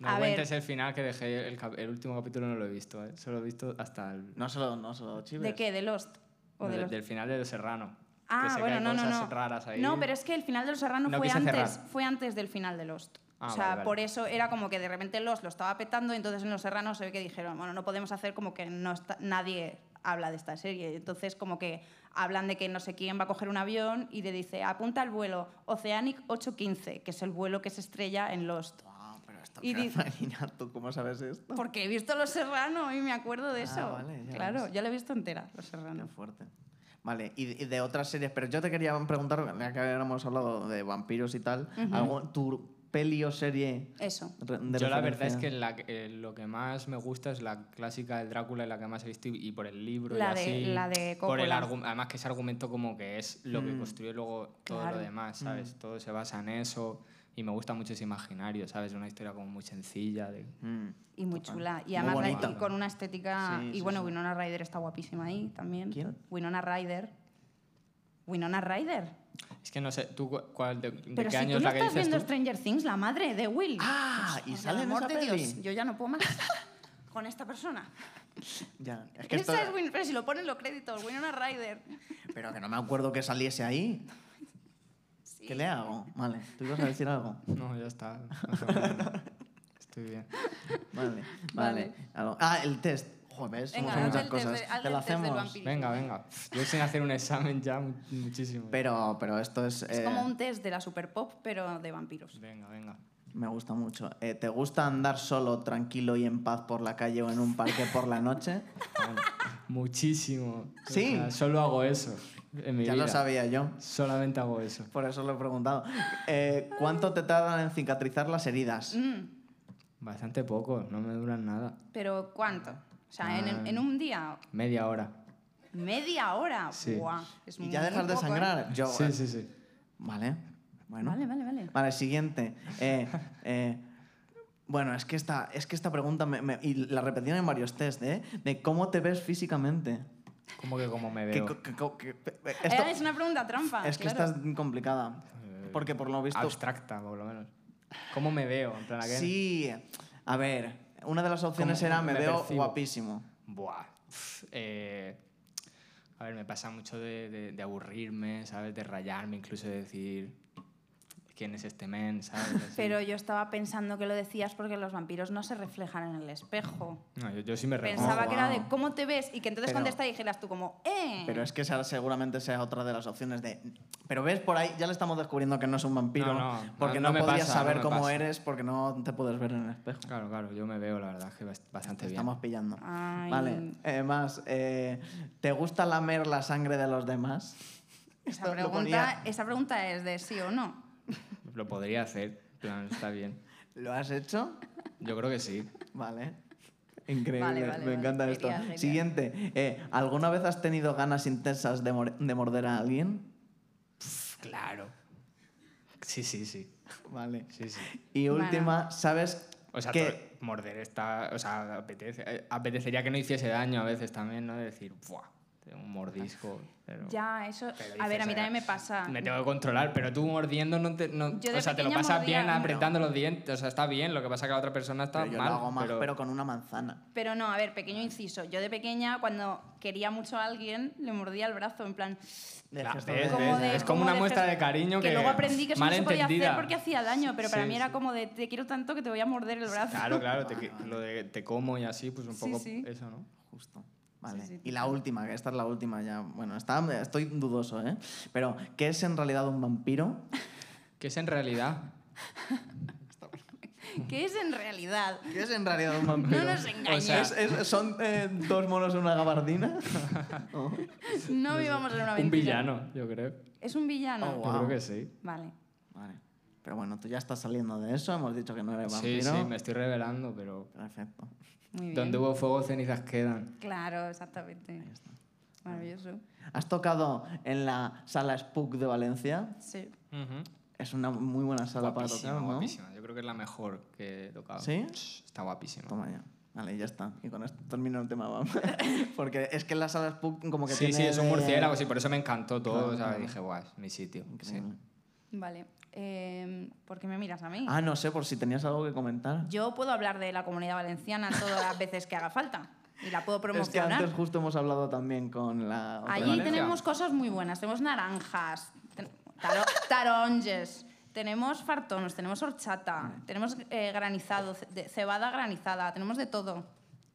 Speaker 3: No
Speaker 2: a ver.
Speaker 3: cuentes el final que dejé, el, cap- el último capítulo no lo he visto, ¿eh? solo he visto hasta el...
Speaker 1: No se lo, no se lo chives.
Speaker 2: ¿De qué? ¿De Lost? ¿O
Speaker 3: no,
Speaker 2: de
Speaker 3: de-
Speaker 2: los...
Speaker 3: Del final de Los Serrano. que sé
Speaker 2: Ah,
Speaker 3: que
Speaker 2: bueno,
Speaker 3: hay
Speaker 2: no, no,
Speaker 3: cosas
Speaker 2: no.
Speaker 3: raras ahí.
Speaker 2: No, pero es que el final de Los Serrano
Speaker 3: No
Speaker 2: fue,
Speaker 3: quise cerrar.
Speaker 2: antes, fue antes del final de Lost.
Speaker 3: Ah,
Speaker 2: o sea,
Speaker 3: vale, vale.
Speaker 2: por eso era como que de repente Lost lo estaba petando y entonces en Los Serrano se ve que dijeron, bueno, no podemos hacer como que no está- nadie habla de esta serie. Entonces como que hablan de que no sé quién va a coger un avión y le dice, apunta al vuelo Oceanic 815, que es el vuelo que se estrella en Lost.
Speaker 1: Ah, pero esto
Speaker 2: Y
Speaker 1: que
Speaker 2: di-
Speaker 1: Marina, ¿tú cómo sabes esto?
Speaker 3: Oh.
Speaker 2: Porque he visto Los Serrano y me acuerdo de
Speaker 1: Ah,
Speaker 2: eso.
Speaker 1: vale, ya
Speaker 2: claro,
Speaker 1: ves.
Speaker 2: ya lo he visto entera, Los
Speaker 1: Qué
Speaker 2: Serrano.
Speaker 1: fuerte. Vale, y de, y de otras series, pero yo te quería preguntar, ya que habíamos hablado de vampiros y tal, algo- ¿tu peli o serie
Speaker 2: Eso.
Speaker 1: re- de
Speaker 3: Yo la verdad
Speaker 1: referencia?
Speaker 3: es que la que- eh, lo que más me gusta es la clásica de Drácula y la que más he visto y, y por el libro
Speaker 2: La
Speaker 3: y
Speaker 2: de-
Speaker 3: así.
Speaker 2: la de
Speaker 3: por el
Speaker 2: Coppola.
Speaker 3: argu- Además que ese argumento como que es lo que
Speaker 1: Mm.
Speaker 3: construye luego todo
Speaker 2: Claro.
Speaker 3: lo demás, ¿sabes? Todo se basa en eso y me gusta mucho ese imaginario, ¿sabes? Una historia como muy sencilla. de-
Speaker 1: Mm.
Speaker 2: Y muy
Speaker 1: Total.
Speaker 2: chula. Y
Speaker 1: Muy
Speaker 2: además la-
Speaker 1: bonita.
Speaker 2: y con una estética.
Speaker 1: Sí,
Speaker 2: y
Speaker 1: sí,
Speaker 2: bueno,
Speaker 1: sí.
Speaker 2: Winona Ryder está guapísima ahí también.
Speaker 1: ¿Quién?
Speaker 2: Winona Ryder. Winona Ryder.
Speaker 3: Es que no sé, ¿tú cu- cuál, de, de
Speaker 2: Pero si
Speaker 3: qué año
Speaker 2: tú
Speaker 3: es
Speaker 2: no
Speaker 3: la que
Speaker 2: estás
Speaker 3: dices
Speaker 2: viendo
Speaker 3: tú?
Speaker 2: Stranger Things, la madre de Will.
Speaker 1: Ah, y
Speaker 2: Por
Speaker 1: sale en
Speaker 2: pues, amor
Speaker 1: esa
Speaker 2: de
Speaker 1: peli.
Speaker 2: Dios, yo ya no puedo más con esta persona.
Speaker 1: Ya, es que esto-
Speaker 2: Esa es Win- pero si lo ponen los créditos, Winona Ryder.
Speaker 1: Pero que no me acuerdo que saliese ahí. ¿Qué le hago? Vale, tú ibas a decir algo.
Speaker 3: No, ya está. más o menos. Estoy bien.
Speaker 1: Vale, vale.
Speaker 2: Vale.
Speaker 1: Algo- Ah, el test. Joder, somos
Speaker 2: Venga,
Speaker 1: en
Speaker 2: haz
Speaker 1: muchas
Speaker 2: el test
Speaker 1: cosas.
Speaker 2: de- haz
Speaker 1: Te
Speaker 2: el
Speaker 1: lo
Speaker 2: test del
Speaker 1: hacemos.
Speaker 2: vampiro.
Speaker 3: Venga, venga. Yo sin hacer un examen ya mu- muchísimo.
Speaker 1: Pero, pero esto es.
Speaker 2: Es
Speaker 1: eh,
Speaker 2: como un test de la super pop, pero de vampiros.
Speaker 3: Venga, venga.
Speaker 1: Me gusta mucho. Eh, ¿Te gusta andar solo, tranquilo y en paz por la calle o en un parque por la noche?
Speaker 3: Vale. Muchísimo. O
Speaker 1: Sí.
Speaker 3: sea, solo hago eso en mi
Speaker 1: ya
Speaker 3: vida.
Speaker 1: lo sabía yo.
Speaker 3: Solamente hago eso.
Speaker 1: Por eso lo he preguntado. Eh, ¿Cuánto te tardan en cicatrizar las heridas?
Speaker 2: Mm,
Speaker 3: Bastante poco, no me duran nada.
Speaker 2: pero ¿cuánto? O sea, en,
Speaker 3: Ah.
Speaker 2: en un día,
Speaker 3: Media hora.
Speaker 2: media hora.
Speaker 3: Sí.
Speaker 2: Buah, es
Speaker 1: ¿Y ya
Speaker 2: muy
Speaker 1: dejas de
Speaker 2: poco, ¿eh?
Speaker 1: sangrar? Yo,
Speaker 3: Sí, sí, sí.
Speaker 1: Vale. Bueno.
Speaker 2: Vale, vale, vale.
Speaker 1: Vale, siguiente. Eh, eh, bueno, es que esta, es que esta pregunta me- me- y la repetían en varios test, ¿eh? De cómo te ves físicamente.
Speaker 3: Como que como me
Speaker 1: Que
Speaker 3: veo.
Speaker 1: co- que co- que- eh,
Speaker 2: Eh,
Speaker 1: esto-
Speaker 2: es una pregunta trampa.
Speaker 1: es que
Speaker 2: claro.
Speaker 1: esta es complicada. Porque por lo visto.
Speaker 3: Abstracta, por lo menos. ¿Cómo me veo? En plan, ¿a qué?
Speaker 1: Sí. A ver, una de las opciones
Speaker 3: ¿Cómo
Speaker 1: era me,
Speaker 3: me
Speaker 1: veo
Speaker 3: percibo?
Speaker 1: guapísimo.
Speaker 3: Buah. pf, eh, a ver, me pasa mucho de, de- de aburrirme, ¿sabes? De rayarme, incluso de decir quién es este men, ¿sabes? Así.
Speaker 2: Pero yo estaba pensando que lo decías porque los vampiros no se reflejan en el espejo.
Speaker 3: No, yo, yo sí me reconozco.
Speaker 2: Pensaba
Speaker 1: Oh,
Speaker 2: que era
Speaker 1: wow.
Speaker 2: de cómo te ves y que entonces
Speaker 1: Pero-
Speaker 2: contesta y dijeras tú como, ¡eh!
Speaker 1: Pero es que esa seguramente sea otra de las opciones de. Pero ves por ahí, ya le estamos descubriendo que no es un vampiro.
Speaker 3: No, no,
Speaker 1: porque
Speaker 3: no
Speaker 1: no,
Speaker 3: me
Speaker 1: podías
Speaker 3: pasa, no
Speaker 1: saber
Speaker 3: me
Speaker 1: cómo
Speaker 3: pasa.
Speaker 1: eres porque no te puedes ver en el espejo.
Speaker 3: Claro, claro, yo me veo, la verdad, que bast- bastante
Speaker 1: Te
Speaker 3: bien.
Speaker 1: estamos pillando.
Speaker 2: Ay.
Speaker 1: Vale, eh, más. eh, ¿Te gusta lamer la sangre de los demás?
Speaker 2: esa,
Speaker 1: Esto lo
Speaker 2: pregunta,
Speaker 1: ponía-
Speaker 2: esa pregunta es de sí o no.
Speaker 3: Lo podría hacer, pero está bien.
Speaker 1: ¿Lo has hecho?
Speaker 3: Yo creo que sí.
Speaker 1: Vale. Increíble,
Speaker 2: Vale,
Speaker 1: me
Speaker 2: vale, vale,
Speaker 1: encanta esto.
Speaker 2: genial, genial.
Speaker 1: Siguiente, eh, ¿alguna vez has tenido ganas intensas de, mor- de morder a alguien?
Speaker 3: Claro. Sí, sí, sí.
Speaker 1: Vale.
Speaker 3: Sí, sí.
Speaker 1: Y
Speaker 2: Bueno.
Speaker 1: última, ¿sabes
Speaker 3: O sea,
Speaker 1: que
Speaker 3: to- morder está. O sea, apetece- eh, apetecería que no hiciese daño a veces también, ¿no? Decir, ¡buah! tengo Un mordisco. Pero,
Speaker 2: Ya, eso...
Speaker 3: pero
Speaker 2: A ver, a
Speaker 3: dices,
Speaker 2: mí
Speaker 3: eh,
Speaker 2: también me pasa.
Speaker 3: Me tengo que controlar, pero tú mordiendo no te. no-
Speaker 2: Yo de
Speaker 3: o sea, te lo
Speaker 2: pequeña
Speaker 3: pasas
Speaker 2: mordía-
Speaker 3: bien apretando los dientes. O sea, está bien, lo que pasa es que la otra persona está
Speaker 1: Pero yo
Speaker 3: mal.
Speaker 1: lo hago más, pero... con una manzana?
Speaker 2: Pero no, a ver, pequeño inciso. Yo de pequeña, cuando quería mucho a alguien, le mordía el brazo, en plan...
Speaker 1: De
Speaker 3: La-
Speaker 1: gesto
Speaker 3: ves,
Speaker 1: de-
Speaker 3: ves,
Speaker 1: de-
Speaker 3: es como una
Speaker 2: de
Speaker 3: muestra
Speaker 2: gesto-
Speaker 3: de cariño que-
Speaker 2: luego aprendí que eso no se podía hacer
Speaker 3: malentendida.
Speaker 2: porque hacía daño, pero para
Speaker 3: Sí,
Speaker 2: mí era
Speaker 3: sí.
Speaker 2: como de te quiero tanto que te voy a morder el brazo.
Speaker 3: Claro, claro, te, que- lo de te como y así, pues un
Speaker 2: Sí,
Speaker 3: poco
Speaker 2: sí.
Speaker 3: eso, ¿no?
Speaker 1: Justo. Vale.
Speaker 2: sí,
Speaker 1: y la última, que esta es la última ya. Bueno, está, estoy dudoso, ¿eh? Pero, ¿qué es en realidad un vampiro?
Speaker 3: Que es en realidad.
Speaker 2: Que es en realidad.
Speaker 1: ¿Qué es en realidad un vampiro?
Speaker 2: No nos engañes.
Speaker 3: sea,
Speaker 1: ¿Es- es- ¿Son eh, dos monos en una gabardina? Oh.
Speaker 2: no vivamos en una mentira.
Speaker 3: Un villano, yo creo.
Speaker 2: Es un villano.
Speaker 1: Oh,
Speaker 3: Yo
Speaker 1: wow.
Speaker 3: creo que sí.
Speaker 2: Vale.
Speaker 1: Vale. Pero bueno, tú ya estás saliendo de eso, hemos dicho que no eres
Speaker 3: Sí,
Speaker 1: vampiro.
Speaker 3: sí, me estoy revelando, pero.
Speaker 1: Perfecto.
Speaker 2: Muy bien.
Speaker 3: Donde hubo fuego, cenizas quedan.
Speaker 2: Claro, exactamente.
Speaker 1: Ahí está.
Speaker 2: Maravilloso.
Speaker 1: ¿Has tocado en la sala Spook de Valencia?
Speaker 2: Sí.
Speaker 1: Es una muy buena sala
Speaker 3: Guapísima,
Speaker 1: para tocar, ¿no?
Speaker 3: guapísima. Yo creo que es la mejor que he tocado.
Speaker 1: ¿Sí?
Speaker 3: Ch, Está guapísima.
Speaker 1: Toma ya. Vale, ya está. Y con esto termino el tema. vamos. Porque es que la sala Spook como que
Speaker 3: Sí,
Speaker 1: tiene...
Speaker 3: sí, es un
Speaker 1: de-
Speaker 3: murciélago, sí, por eso me encantó todo.
Speaker 1: Claro,
Speaker 3: o sea,
Speaker 1: claro.
Speaker 3: dije, guau, es mi sitio. Sí.
Speaker 1: Increíble.
Speaker 2: Vale. Eh, ¿Por qué me miras a mí?
Speaker 1: Ah, no sé, por si tenías algo que comentar.
Speaker 2: Yo puedo hablar de la comunidad valenciana todas las veces que haga falta. Y la puedo
Speaker 1: Es que
Speaker 2: promocionar.
Speaker 1: antes justo hemos hablado también con la... otra
Speaker 2: Allí
Speaker 1: Valencia.
Speaker 3: Valencia.
Speaker 2: tenemos cosas muy buenas. Tenemos naranjas, ten- taro- taronges, tenemos fartonos, tenemos horchata, tenemos eh, granizado, ce- de- cebada granizada, tenemos de todo.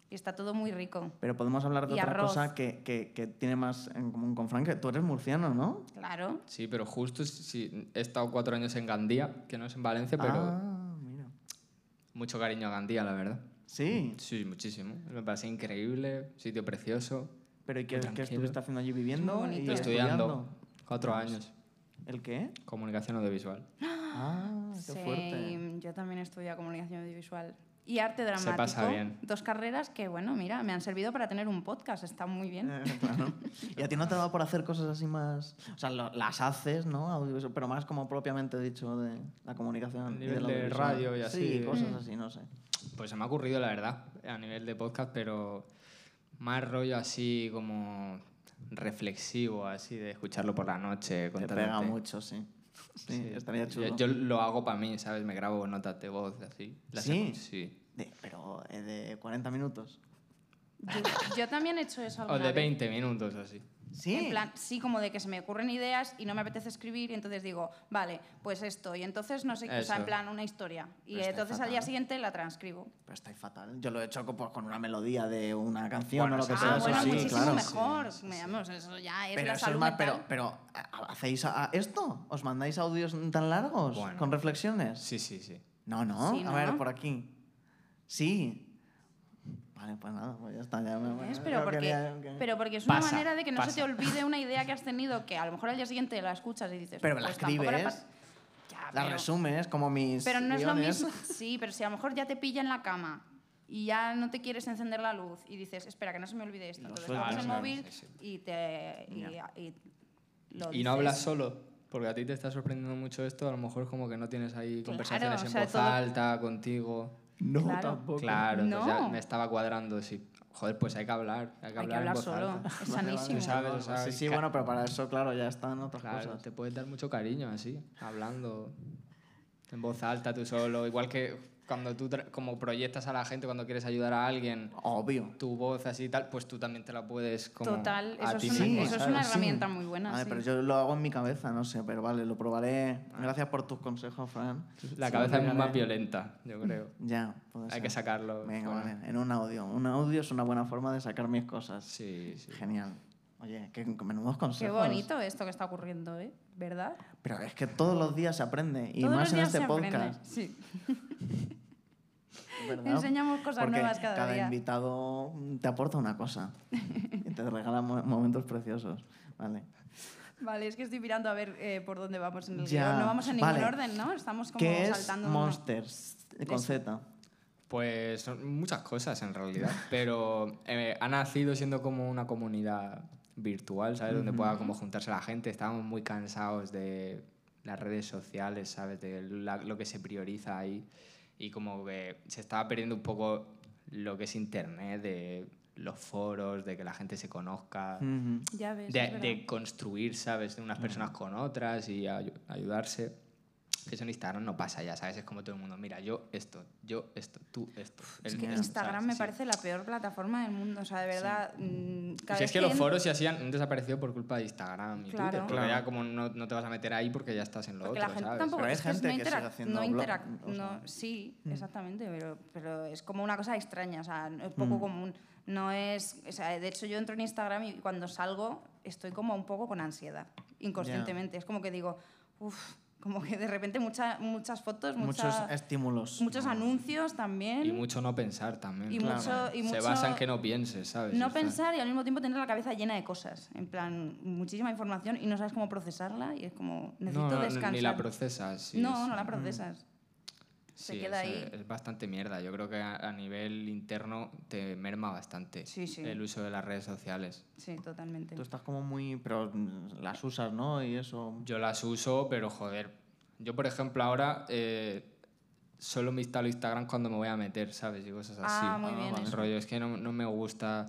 Speaker 2: Y está todo muy rico.
Speaker 1: Pero podemos hablar de
Speaker 2: Y
Speaker 1: otra
Speaker 2: arroz.
Speaker 1: cosa que, que- que tiene más en común con Frank. que Tú eres murciano, ¿no?
Speaker 2: Claro.
Speaker 3: Sí, pero justo si- si- he estado cuatro años en Gandía, que no es en Valencia, pero
Speaker 1: Ah, mira.
Speaker 3: mucho cariño a Gandía, la verdad.
Speaker 1: Sí,
Speaker 3: Sí, muchísimo. Me parece increíble, sitio precioso.
Speaker 1: pero ¿y qué,
Speaker 3: Muy
Speaker 1: qué
Speaker 3: tranquilo.
Speaker 1: estuviste haciendo allí viviendo?
Speaker 2: Muy
Speaker 1: y
Speaker 2: bonito.
Speaker 3: Estudiando. Cuatro años.
Speaker 1: estudiando? ¿El qué?
Speaker 3: Comunicación audiovisual.
Speaker 1: Ah, qué
Speaker 2: Sí,
Speaker 1: fuerte.
Speaker 2: Yo también estudié comunicación audiovisual y arte dramático.
Speaker 3: Se pasa bien.
Speaker 2: Dos carreras que, bueno, mira, me han servido para tener un podcast, está muy bien.
Speaker 1: Eh, claro. ¿Y a ti no te da por hacer cosas así más...? O sea, lo- las haces, ¿no? Audiovisual, pero más como propiamente dicho de la comunicación.
Speaker 3: A
Speaker 1: y
Speaker 3: nivel
Speaker 1: del
Speaker 3: de
Speaker 1: audiovisual.
Speaker 3: radio y
Speaker 1: Sí,
Speaker 3: así. ¿eh?
Speaker 1: cosas
Speaker 2: Mm.
Speaker 1: así, no sé.
Speaker 3: Pues se me ha ocurrido, la verdad, a nivel de podcast, pero más rollo así como reflexivo, así de escucharlo por la noche.
Speaker 1: Te
Speaker 3: contándote.
Speaker 1: pega mucho, sí. Sí,
Speaker 3: Sí.
Speaker 1: estaría
Speaker 3: Yo-
Speaker 1: chulo.
Speaker 3: Yo, lo hago para mí, ¿sabes? Me grabo notas de voz, así.
Speaker 1: ¿Sí?
Speaker 3: escu- Sí.
Speaker 1: De- pero eh, de 40 minutos.
Speaker 2: Yo, yo también he hecho eso
Speaker 3: O
Speaker 2: alguna
Speaker 3: de
Speaker 2: vez.
Speaker 3: 20 minutos, así.
Speaker 1: Sí.
Speaker 2: En plan, sí, como de que se me ocurren ideas y no me apetece escribir y entonces digo, vale, pues esto. Y entonces no sé qué, o sea,
Speaker 3: Eso.
Speaker 2: en plan una historia. Y
Speaker 1: Pero está
Speaker 2: entonces al día
Speaker 1: fatal.
Speaker 2: siguiente la transcribo.
Speaker 1: Pero estáis fatal. Yo lo he hecho co- pues, con una melodía de una canción
Speaker 3: Bueno,
Speaker 1: o lo que
Speaker 3: sí,
Speaker 1: sea.
Speaker 2: ah,
Speaker 1: eso
Speaker 2: bueno,
Speaker 1: sí,
Speaker 2: muchísimo
Speaker 1: claro.
Speaker 2: mejor.
Speaker 3: Sí, sí, sí.
Speaker 2: Vamos, eso ya es
Speaker 1: Pero
Speaker 2: la
Speaker 1: eso es
Speaker 2: salud
Speaker 1: más,
Speaker 2: mental.
Speaker 1: pero, pero ¿a- ¿hacéis a- a esto? ¿Os mandáis audios tan largos?
Speaker 3: Bueno.
Speaker 1: ¿Con reflexiones?
Speaker 3: Sí, sí, sí.
Speaker 1: No, no.
Speaker 2: Sí,
Speaker 1: a
Speaker 2: ¿no?
Speaker 1: ver, por aquí. Sí. Vale, pues nada, pues ya está. Ya me,
Speaker 2: ¿Ves?
Speaker 1: yo
Speaker 2: Pero, porque,
Speaker 1: quería que-
Speaker 2: pero porque es una
Speaker 3: Pasa,
Speaker 2: manera de que no se te
Speaker 3: pasa.
Speaker 2: olvide una idea que has tenido que a lo mejor al día siguiente la escuchas y dices.
Speaker 1: Pero la
Speaker 2: "Pues tampoco era
Speaker 1: escribes,
Speaker 2: pa- Ya,
Speaker 1: la
Speaker 2: pero-
Speaker 1: resumes como mis
Speaker 2: Pero no es lo
Speaker 1: guiones.
Speaker 2: mismo. Sí, pero si a lo mejor ya te pilla en la cama y ya no te quieres encender la luz y dices, espera, que no se me olvide esto.
Speaker 1: Lo
Speaker 2: Entonces
Speaker 1: sueltas,
Speaker 2: coges el
Speaker 1: claro,
Speaker 2: móvil
Speaker 3: sí, sí.
Speaker 2: y te. Y,
Speaker 1: Ya.
Speaker 2: y lo
Speaker 3: Y no hablas
Speaker 2: dices.
Speaker 3: solo, porque a ti te está sorprendiendo mucho esto, a lo mejor como que no tienes ahí
Speaker 2: Claro,
Speaker 3: conversaciones
Speaker 2: o
Speaker 3: en
Speaker 2: sea,
Speaker 3: voz
Speaker 2: todo-
Speaker 3: alta contigo.
Speaker 1: No,
Speaker 2: Claro.
Speaker 1: tampoco.
Speaker 3: Claro, entonces ya
Speaker 2: No.
Speaker 3: me estaba cuadrando, sí. Joder, pues hay que hablar, hay que
Speaker 2: Hay que
Speaker 3: hablar,
Speaker 2: hablar
Speaker 3: en voz
Speaker 2: solo.
Speaker 3: alta.
Speaker 2: Es
Speaker 1: Vale, vale,
Speaker 2: sanísimo.
Speaker 3: O sea, sabes, o
Speaker 1: Sí,
Speaker 3: sabes.
Speaker 1: sí,
Speaker 3: Ca-
Speaker 1: bueno, pero para eso, claro, ya están otras
Speaker 3: Claro,
Speaker 1: cosas.
Speaker 3: te puedes dar mucho cariño así, hablando en voz alta tú solo, igual que cuando tú tra- como proyectas a la gente cuando quieres ayudar a alguien,
Speaker 1: Obvio.
Speaker 3: tu voz así y tal, pues tú también te la puedes como
Speaker 2: Total,
Speaker 3: a
Speaker 2: eso es
Speaker 3: ti
Speaker 2: una-
Speaker 3: mismo,
Speaker 2: eso es
Speaker 3: ¿sabes?
Speaker 2: una- herramienta muy buena,
Speaker 1: A ver,
Speaker 2: sí.
Speaker 1: pero yo lo hago en mi cabeza, no sé, pero vale, lo probaré. Gracias por tus consejos, Fran.
Speaker 3: La
Speaker 1: Sí,
Speaker 3: cabeza
Speaker 1: lo
Speaker 3: es más
Speaker 1: probaré.
Speaker 3: violenta, yo creo.
Speaker 1: Ya, puede
Speaker 3: Hay
Speaker 1: ser.
Speaker 3: que sacarlo.
Speaker 1: Mm, Venga,
Speaker 3: fuera.
Speaker 1: vale, en un audio. Un audio es una buena forma de sacar mis cosas.
Speaker 3: Sí, sí.
Speaker 1: Genial. Oye, qué menudos
Speaker 2: Qué
Speaker 1: consejos.
Speaker 2: bonito esto que está ocurriendo, ¿eh? ¿Verdad?
Speaker 1: Pero es que todos los días se aprende, y
Speaker 2: Todos
Speaker 1: más
Speaker 2: los
Speaker 1: en
Speaker 2: días
Speaker 1: este
Speaker 2: se aprende,
Speaker 1: podcast.
Speaker 2: Sí.
Speaker 1: ¿verdad?
Speaker 2: Enseñamos cosas
Speaker 1: Porque
Speaker 2: nuevas cada día.
Speaker 1: invitado te aporta una cosa y te regala mo- momentos preciosos. Vale.
Speaker 2: Vale, es que estoy mirando a ver eh, por dónde vamos en el
Speaker 1: Ya,
Speaker 2: guión. No vamos en ningún
Speaker 1: vale.
Speaker 2: orden, ¿no? Estamos como
Speaker 1: ¿Qué es
Speaker 2: saltando. de una-
Speaker 1: Monsters con
Speaker 2: Eso.
Speaker 1: Z?
Speaker 3: Pues son muchas cosas en realidad, pero eh, ha nacido siendo como una comunidad virtual, ¿sabes? Donde pueda como juntarse la gente. Estábamos muy cansados de las redes sociales, ¿sabes? De la- lo que se prioriza ahí. Y como que se estaba perdiendo un poco lo que es internet, de los foros, de que la gente se conozca,
Speaker 1: Ujú.
Speaker 2: Ya ves. es
Speaker 3: de,
Speaker 2: verdad.
Speaker 3: de construir, ¿sabes? De unas personas con otras y ayu- ayudarse. Que eso en Instagram no pasa ya, ¿sabes? Es como todo el mundo, mira, yo esto, yo esto, tú esto.
Speaker 2: Es
Speaker 3: él
Speaker 2: que
Speaker 3: esto",
Speaker 2: Instagram
Speaker 3: ¿sabes?
Speaker 2: me
Speaker 3: Sí.
Speaker 2: parece la peor plataforma del mundo. O sea, de verdad. mm, cada
Speaker 3: Si es
Speaker 2: vez
Speaker 3: que los
Speaker 2: en-
Speaker 3: foros se hacían, han desaparecido por culpa de Instagram y
Speaker 2: Claro.
Speaker 3: Twitter. Porque
Speaker 1: Claro.
Speaker 3: ya como no, no te vas a meter ahí porque ya estás en lo
Speaker 2: Porque
Speaker 3: otro,
Speaker 2: la gente
Speaker 3: ¿sabes?
Speaker 2: tampoco.
Speaker 1: Pero hay
Speaker 2: es que
Speaker 1: gente
Speaker 2: no
Speaker 1: que sigue
Speaker 2: interac-
Speaker 1: haciendo
Speaker 2: no
Speaker 1: blog,
Speaker 2: interac-
Speaker 1: o sea. Mm.
Speaker 2: no- Sí, exactamente. Pero, pero es como una cosa extraña. O sea, no- es
Speaker 1: Mm.
Speaker 2: poco común. No es. o sea, de hecho, yo entro en Instagram y cuando salgo estoy como un poco con ansiedad. Inconscientemente. Es como que digo. Uff. Como que de repente mucha- muchas fotos,
Speaker 1: Muchos
Speaker 2: mucha-
Speaker 1: estímulos.
Speaker 2: muchos anuncios también.
Speaker 3: Ah. Y mucho no pensar también.
Speaker 2: Y
Speaker 3: claro.
Speaker 2: mucho- y
Speaker 3: se
Speaker 2: mucho-
Speaker 3: basa en que no pienses, ¿sabes?
Speaker 2: No
Speaker 3: O sea,
Speaker 2: pensar y al mismo tiempo tener la cabeza llena de cosas. En plan, muchísima información y no sabes cómo procesarla y es como, necesito
Speaker 3: no, no,
Speaker 2: descansar.
Speaker 3: Ni la procesas. sí,
Speaker 2: no,
Speaker 3: sí. Mm.
Speaker 2: no la procesas. se
Speaker 3: Sí,
Speaker 2: queda
Speaker 3: es,
Speaker 2: ahí.
Speaker 3: Es bastante mierda. Yo creo que a, a nivel interno te merma bastante
Speaker 2: Sí, sí.
Speaker 3: el uso de las redes sociales.
Speaker 2: Sí, totalmente.
Speaker 1: Tú estás como muy... Pero mm, las usas, ¿no? Y eso...
Speaker 3: Yo las uso, pero joder. Yo, por ejemplo, ahora eh, solo me instalo Instagram cuando me voy a meter, ¿sabes? Y cosas así.
Speaker 2: Ah, muy bien
Speaker 3: El
Speaker 2: eso.
Speaker 3: rollo es que no, no me gusta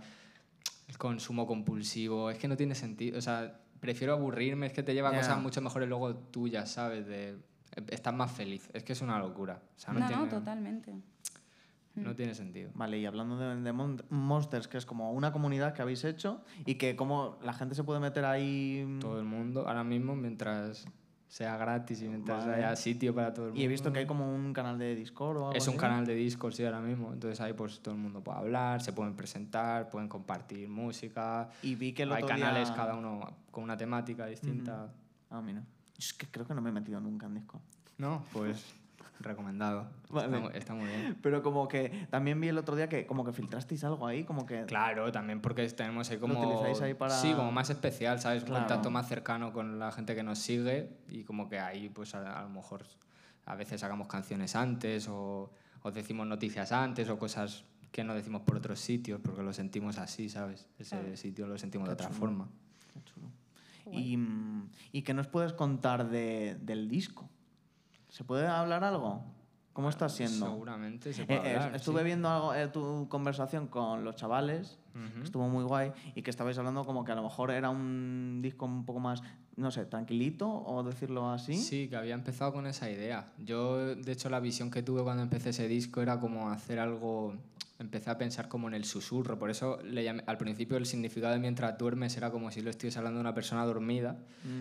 Speaker 3: el consumo compulsivo, es que no tiene sentido. O sea, prefiero aburrirme, es que te lleva a
Speaker 1: Ya.
Speaker 3: cosas mucho mejores luego tuyas, ¿sabes? De, estás más feliz. Es que es una locura. O sea,
Speaker 2: No,
Speaker 3: no,
Speaker 2: no, Mm.
Speaker 3: tiene,
Speaker 2: totalmente.
Speaker 3: no tiene sentido.
Speaker 1: Vale, y hablando de, de Mon- Monsters, que es como una comunidad que habéis hecho y que como la gente se puede meter ahí... mm,
Speaker 3: Todo el mundo, ahora mismo, mientras sea gratis y mientras
Speaker 1: Vale.
Speaker 3: haya sitio para todo el mundo.
Speaker 1: Y he visto que hay como un canal de Discord o algo
Speaker 3: Es un
Speaker 1: así.
Speaker 3: canal de Discord, sí, ahora mismo. Entonces ahí pues todo el mundo puede hablar, se pueden presentar, pueden compartir música.
Speaker 1: Y vi que el
Speaker 3: Hay
Speaker 1: otro día-
Speaker 3: canales cada uno con una temática distinta.
Speaker 1: Ah, mira. Es que creo que no me he metido nunca en Discord.
Speaker 3: No, pues recomendado.
Speaker 1: Vale.
Speaker 3: Está, mu- está muy bien.
Speaker 1: Pero como que también vi el otro día que como que filtrasteis algo ahí, como que...
Speaker 3: Claro, también porque tenemos ahí como...
Speaker 1: utilizáis ahí para-
Speaker 3: Sí, como más especial, ¿sabes? Un
Speaker 1: Claro.
Speaker 3: contacto más cercano con la gente que nos sigue y como que ahí pues a, a lo mejor a veces hagamos canciones antes o, o decimos noticias antes o cosas que no decimos por otros sitios porque lo sentimos así, ¿sabes? Ese
Speaker 2: Claro.
Speaker 3: sitio lo sentimos de
Speaker 1: Qué
Speaker 3: otra
Speaker 1: chulo.
Speaker 3: forma.
Speaker 1: Qué chulo. Y, mm, ¿Y qué nos puedes contar de- del disco? ¿Se puede hablar algo? ¿Cómo está siendo?
Speaker 3: Seguramente Eh, se
Speaker 1: Eh,
Speaker 3: puede
Speaker 1: eh,
Speaker 3: hablar,
Speaker 1: estuve
Speaker 3: sí.
Speaker 1: viendo algo, eh, tu conversación con los chavales,
Speaker 3: Ujú.
Speaker 1: estuvo muy guay, y que estabais hablando como que a lo mejor era un disco un poco más, no sé, tranquilito, o decirlo así.
Speaker 3: Sí, que había empezado con esa idea. Yo, de hecho, la visión que tuve cuando empecé ese disco era como hacer algo... Empecé a pensar como en el susurro, por eso le llamé- al principio el significado de mientras duermes era como si lo estuviese hablando a una persona dormida,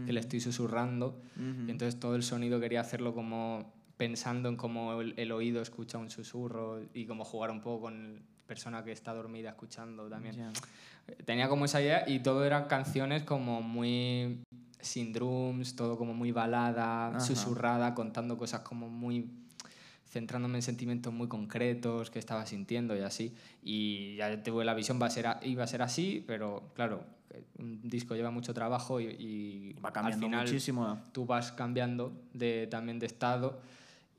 Speaker 3: que le estoy susurrando,
Speaker 1: Mm, Ujú.
Speaker 3: y entonces todo el sonido quería hacerlo como pensando en cómo el, el oído escucha un susurro y como jugar un poco con la persona que está dormida escuchando también
Speaker 1: Ya.
Speaker 3: tenía como esa idea y todo eran canciones como muy sin drums, todo como muy balada,
Speaker 1: Ajá.
Speaker 3: susurrada, contando cosas como muy centrándome en sentimientos muy concretos que estaba sintiendo y así. Y ya tuve la visión, va a ser a- iba a ser así, pero claro, eh, un disco lleva mucho trabajo y, y
Speaker 1: Va cambiando
Speaker 3: al final
Speaker 1: muchísimo.
Speaker 3: tú vas cambiando de, también de estado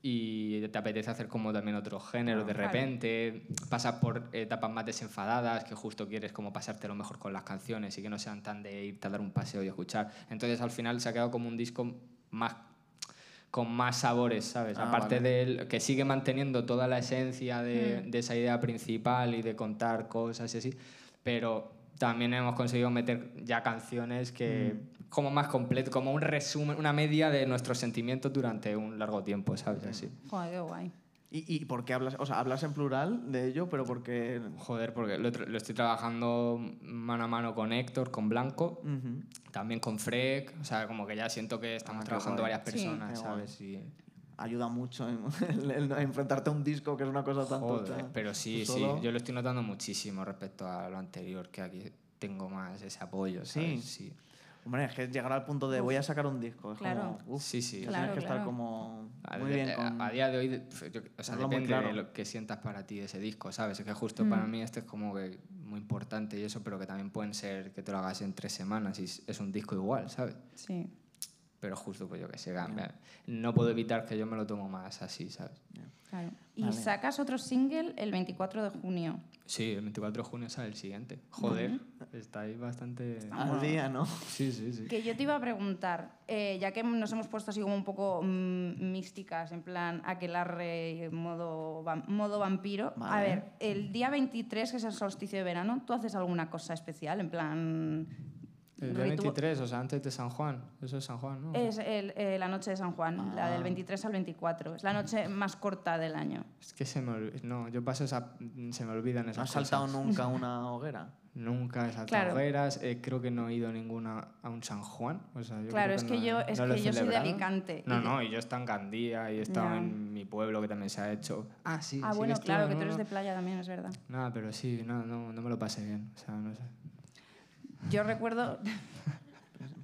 Speaker 3: y te apetece hacer como también otros géneros
Speaker 1: Ah,
Speaker 3: de
Speaker 2: Claro.
Speaker 3: repente, pasas por etapas más desenfadadas que justo quieres como pasártelo mejor con las canciones y que no sean tan de irte a dar un paseo y escuchar. Entonces al final se ha quedado como un disco más con más sabores, ¿sabes?
Speaker 1: Ah,
Speaker 3: Aparte
Speaker 1: vale.
Speaker 3: del que sigue manteniendo toda la esencia de, de esa idea principal y de contar cosas y así, pero también hemos conseguido meter ya canciones que como más completo, como un resumen, una media de nuestros sentimientos durante un largo tiempo, ¿sabes? Así.
Speaker 2: Joder, qué guay.
Speaker 1: ¿Y, ¿Y por qué hablas? O sea, hablas en plural de ello, pero porque...
Speaker 3: Joder, porque lo, tra- lo estoy trabajando mano a mano con Héctor, con Blanco,
Speaker 1: Ujú.
Speaker 3: también con Freck, o sea, como que ya siento que
Speaker 1: Ah,
Speaker 3: estamos
Speaker 1: qué
Speaker 3: trabajando
Speaker 1: guay.
Speaker 3: varias
Speaker 2: Sí.
Speaker 3: personas,
Speaker 1: Qué guay.
Speaker 3: ¿sabes? Y-
Speaker 1: ayuda mucho en, el- el enfrentarte a un disco que es una cosa tan
Speaker 3: Joder,
Speaker 1: tocha.
Speaker 3: Oh, pero sí,
Speaker 1: Tú
Speaker 3: sí,
Speaker 1: solo.
Speaker 3: yo lo estoy notando muchísimo respecto a lo anterior, que aquí tengo más ese apoyo,
Speaker 1: Sí.
Speaker 3: ¿sabes? Sí,
Speaker 1: Hombre, es que llegar al punto de voy a sacar un disco. Es
Speaker 2: Claro.
Speaker 1: Como, uf,
Speaker 3: sí. sí.
Speaker 1: que
Speaker 2: Claro,
Speaker 1: tienes que estar
Speaker 2: claro.
Speaker 1: como
Speaker 3: A,
Speaker 1: muy
Speaker 3: de-
Speaker 1: bien
Speaker 3: a-
Speaker 1: con...
Speaker 3: a día de hoy, de- f- yo- o sea,
Speaker 1: Tenerlo muy
Speaker 3: depende de
Speaker 1: claro. Mm.
Speaker 3: lo que sientas para ti de ese disco, ¿sabes? Es que justo para mí este es como que muy importante y eso, pero que también pueden ser que te lo hagas en tres semanas y es- es un disco igual, ¿sabes?
Speaker 2: Sí.
Speaker 3: Pero justo, pues yo que sé, gam- no puedo evitar que yo me lo tomo más así, ¿sabes?
Speaker 2: Claro. Y
Speaker 1: Vale.
Speaker 2: sacas otro single el 24 de junio.
Speaker 3: Sí, el 24 de junio sale el siguiente. Joder, estáis bastante...
Speaker 1: Al día, ¿no?
Speaker 3: Sí, sí, sí.
Speaker 2: Que yo te iba a preguntar, eh, ya que nos hemos puesto así como un poco mm, místicas, en plan aquelarre, modo, vam- modo vampiro. A
Speaker 1: Vale.
Speaker 2: ver, el día 23, que es el solsticio de verano, ¿tú haces alguna cosa especial? En plan.
Speaker 3: El día
Speaker 2: ritu-
Speaker 3: 23, o sea, antes de San Juan. Eso es San Juan, ¿no?
Speaker 2: Es el- eh, la noche de San Juan, la
Speaker 1: Ah.
Speaker 2: del 23 al 24. Es la noche más corta del año.
Speaker 3: Es que se me olvida. No, yo paso esa. Se me olvidan esas
Speaker 1: No has
Speaker 3: cosas.
Speaker 1: saltado nunca una hoguera.
Speaker 3: Nunca he saltado
Speaker 2: Claro.
Speaker 3: hogueras. eh, creo que no he ido ninguna a un San Juan. O sea, yo
Speaker 2: Claro,
Speaker 3: creo
Speaker 2: es que
Speaker 3: no he-
Speaker 2: yo- es
Speaker 3: no lo he
Speaker 2: que yo soy de
Speaker 3: celebrado.
Speaker 2: Alicante,
Speaker 3: No,
Speaker 2: y-
Speaker 3: no, y yo he estado en Gandía y he estado
Speaker 2: Ya.
Speaker 3: en mi pueblo que también se ha hecho. Ah, sí.
Speaker 2: ah,
Speaker 3: sí
Speaker 2: bueno,
Speaker 3: estuve
Speaker 2: claro,
Speaker 3: en
Speaker 2: que tú eres
Speaker 3: uno.
Speaker 2: de playa también, es verdad.
Speaker 3: Nada, pero sí, no, no, no me lo pasé bien. O sea, no sé.
Speaker 2: Yo recuerdo.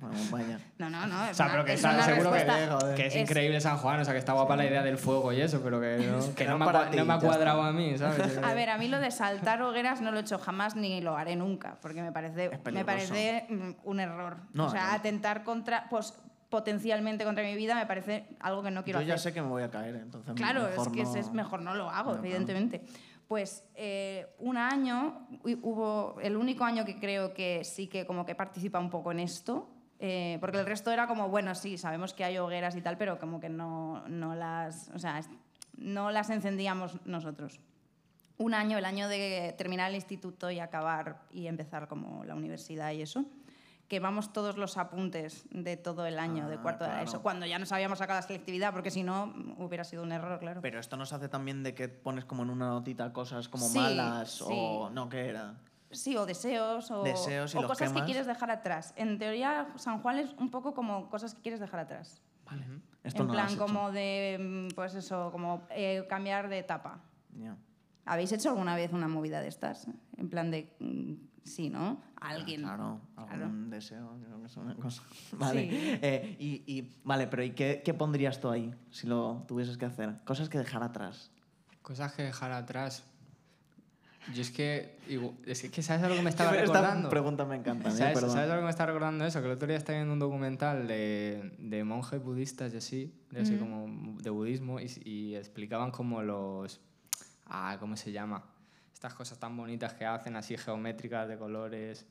Speaker 1: Bueno, vaya.
Speaker 2: No, no, no.
Speaker 3: O
Speaker 2: es
Speaker 3: sea,
Speaker 2: una-
Speaker 3: pero que
Speaker 2: es
Speaker 3: está-
Speaker 2: una
Speaker 3: seguro que,
Speaker 2: respuesta-
Speaker 1: joder.
Speaker 3: que es,
Speaker 2: Es-
Speaker 3: increíble San Juan, o sea, que está guapa la idea del fuego y eso, pero que no, que
Speaker 1: Era
Speaker 3: no, me, ha,
Speaker 1: para
Speaker 3: cua-
Speaker 1: ti,
Speaker 3: no me ha
Speaker 1: ya está.
Speaker 3: cuadrado a mí, ¿sabes?
Speaker 1: Eh.
Speaker 2: A ver, a mí lo de saltar hogueras no lo he hecho jamás ni lo haré nunca, porque me parece,
Speaker 1: Es
Speaker 2: me
Speaker 1: peligroso.
Speaker 2: parece mm, un error.
Speaker 1: No,
Speaker 2: o sea,
Speaker 1: no.
Speaker 2: atentar contra, pues, potencialmente contra mi vida me parece algo que no quiero
Speaker 1: Yo ya
Speaker 2: hacer.
Speaker 1: sé que me voy a caer, entonces
Speaker 2: Claro,
Speaker 1: mejor
Speaker 2: es que
Speaker 1: no-
Speaker 2: es- es mejor no lo hago,
Speaker 1: No, claro.
Speaker 2: evidentemente. Pues eh, un año, hu- hubo el único año que creo que sí que como que participa un poco en esto, eh, porque el resto era como, bueno, sí, sabemos que hay hogueras y tal, pero como que no, no las, o sea, es- no las encendíamos nosotros. Un año, el año de terminar el instituto y acabar y empezar como la universidad y eso, que vamos todos los apuntes de todo el año, de
Speaker 1: Ah,
Speaker 2: cuarto de
Speaker 1: claro.
Speaker 2: eso, cuando ya nos habíamos sacado la selectividad, porque si no mm, hubiera sido un error, claro.
Speaker 1: Pero esto nos hace también de que pones como en una notita cosas como
Speaker 2: Sí,
Speaker 1: malas
Speaker 2: sí.
Speaker 1: o no, ¿qué era?
Speaker 2: Sí, o deseos o,
Speaker 1: Deseos y
Speaker 2: o
Speaker 1: los
Speaker 2: cosas que
Speaker 1: quemas.
Speaker 2: quieres dejar atrás. En teoría, San Juan es un poco como cosas que quieres dejar atrás.
Speaker 1: Esto
Speaker 2: en
Speaker 1: no lo
Speaker 2: plan
Speaker 1: has hecho.
Speaker 2: como de, mm, pues eso, como eh, cambiar de etapa.
Speaker 1: Ya.
Speaker 2: ¿Habéis hecho alguna vez una movida de estas? En plan de, mm, sí, ¿no? Alguien.
Speaker 1: Ah, Claro,
Speaker 2: Claro.
Speaker 1: algún deseo, yo creo que es una cosa. Vale,
Speaker 2: Sí.
Speaker 1: eh, y, y- vale pero ¿y qué, qué pondrías tú ahí si lo tuvieses que hacer? Cosas que dejar atrás.
Speaker 3: Cosas que dejar atrás. Yo es que, igu- es que ¿sabes a lo que me estaba
Speaker 1: Esta
Speaker 3: recordando?
Speaker 1: pregunta me encanta. ¿eh?
Speaker 3: ¿Sabes,
Speaker 1: Perdón.
Speaker 3: ¿Sabes lo que me está recordando eso? Que el otro día estaba viendo un documental de, de monjes budistas y así, de, así
Speaker 2: Ujú.
Speaker 3: como de budismo, y, s- y explicaban como los... Ah, ¿cómo se llama? Estas cosas tan bonitas que hacen así geométricas de colores.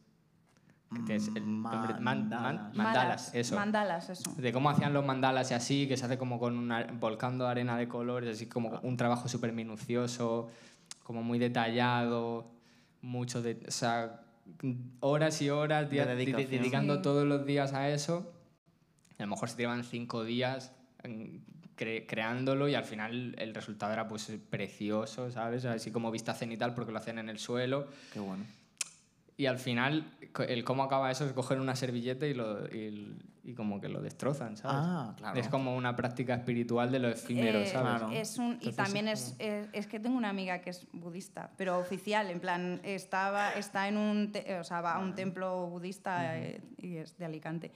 Speaker 3: que te- es el nombre- man- man-
Speaker 1: Mandalas.
Speaker 3: mandalas, eso.
Speaker 2: Mandalas, eso.
Speaker 3: de cómo hacían los mandalas y así, que se hace como con una, volcando arena de colores, así
Speaker 1: Ah.
Speaker 3: como un trabajo súper minucioso, como muy detallado, mucho de, o sea, horas y horas
Speaker 1: De
Speaker 3: día-
Speaker 1: dedicación.
Speaker 3: dedicando
Speaker 2: Sí.
Speaker 3: todos los días a eso. A lo mejor se llevan cinco días mm, cre- creándolo y al final el resultado era pues precioso, ¿sabes? Así como vista cenital porque lo hacen en el suelo.
Speaker 1: Qué bueno.
Speaker 3: Y al final, co- el cómo acaba eso es coger una servilleta y, lo, y, y como que lo destrozan, ¿sabes?
Speaker 1: Ah, claro.
Speaker 3: Es como una práctica espiritual de lo efímero,
Speaker 2: Eh,
Speaker 3: ¿sabes?
Speaker 1: Claro.
Speaker 2: es un- y
Speaker 3: Entonces,
Speaker 2: también
Speaker 3: es
Speaker 2: es, es, es que tengo una amiga que es budista, pero oficial, en plan, estaba, está en un, te- eh, o sea, va a un templo budista eh, y es de Alicante.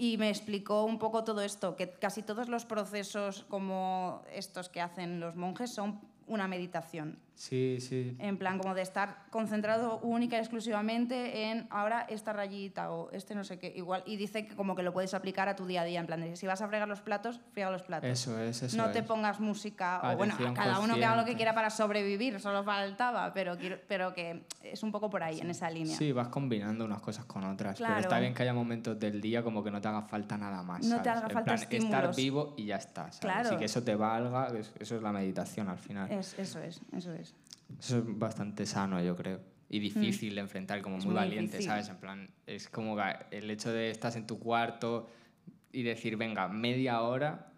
Speaker 2: Y me explicó un poco todo esto, que casi todos los procesos como estos que hacen los monjes son una meditación.
Speaker 3: Sí, sí.
Speaker 2: En plan, como de estar concentrado única y exclusivamente en ahora esta rayita o este no sé qué, igual. Y dice que como que lo puedes aplicar a tu día a día, en plan de si vas a fregar los platos, friega los platos
Speaker 3: Eso es, eso
Speaker 2: no te
Speaker 3: es.
Speaker 2: pongas música o bueno,
Speaker 3: Atención
Speaker 2: cada uno que haga lo que
Speaker 3: consciente.
Speaker 2: quiera para sobrevivir, solo faltaba, pero quiero- pero que es un poco por ahí en esa línea.
Speaker 3: Sí, vas combinando unas cosas con otras.
Speaker 2: Claro.
Speaker 3: Pero está bien que haya momentos del día como que no te haga falta nada más.
Speaker 2: No te
Speaker 3: ¿sabes?
Speaker 2: haga
Speaker 3: En
Speaker 2: falta
Speaker 3: plan,
Speaker 2: estímulos.
Speaker 3: estar vivo y ya está. ¿sabes?
Speaker 2: Claro.
Speaker 3: Y que eso te valga, es- eso es la meditación al final.
Speaker 2: Es- eso es, eso es.
Speaker 3: Eso es bastante sano, yo creo. Y difícil de enfrentar, como
Speaker 2: Mm. Es
Speaker 3: muy
Speaker 2: muy
Speaker 3: valiente,
Speaker 2: difícil.
Speaker 3: ¿sabes? En plan, es como ga- el hecho de estás en tu cuarto y decir, venga, media hora,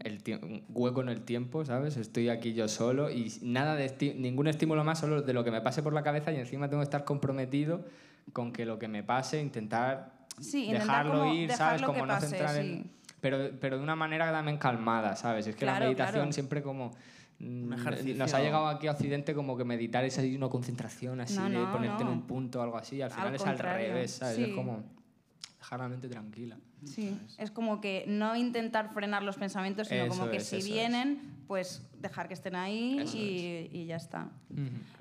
Speaker 3: el tie- un hueco en el tiempo, ¿sabes? Estoy aquí yo solo y nada de esti- ningún estímulo más, solo de lo que me pase por la cabeza y encima tengo que estar comprometido con que lo que me pase, intentar
Speaker 2: Sí, intentar
Speaker 3: dejarlo
Speaker 2: como
Speaker 3: ir,
Speaker 2: dejar
Speaker 3: ¿sabes?
Speaker 2: lo
Speaker 3: Como
Speaker 2: que
Speaker 3: no
Speaker 2: pase,
Speaker 3: centrar en...
Speaker 2: sí.
Speaker 3: Pero, pero de una manera también calmada, ¿sabes? Es que
Speaker 2: Claro,
Speaker 3: la meditación
Speaker 2: claro.
Speaker 3: siempre como... mm, Nos
Speaker 1: ejercicio.
Speaker 3: ha llegado aquí a Occidente como que meditar es ahí una concentración así,
Speaker 2: No,
Speaker 3: de
Speaker 2: no,
Speaker 3: ponerte
Speaker 2: no.
Speaker 3: en un punto o algo así. y Al
Speaker 2: Al
Speaker 3: final es
Speaker 2: contrario,
Speaker 3: al revés, ¿sabes?
Speaker 2: sí.
Speaker 3: Es como dejar la mente tranquila.
Speaker 2: Sí, es como que no intentar frenar los pensamientos, sino como
Speaker 3: Eso
Speaker 2: que
Speaker 3: es,
Speaker 2: si
Speaker 3: eso es.
Speaker 2: vienen, pues dejar que estén ahí
Speaker 3: Eso
Speaker 2: y, y ya está.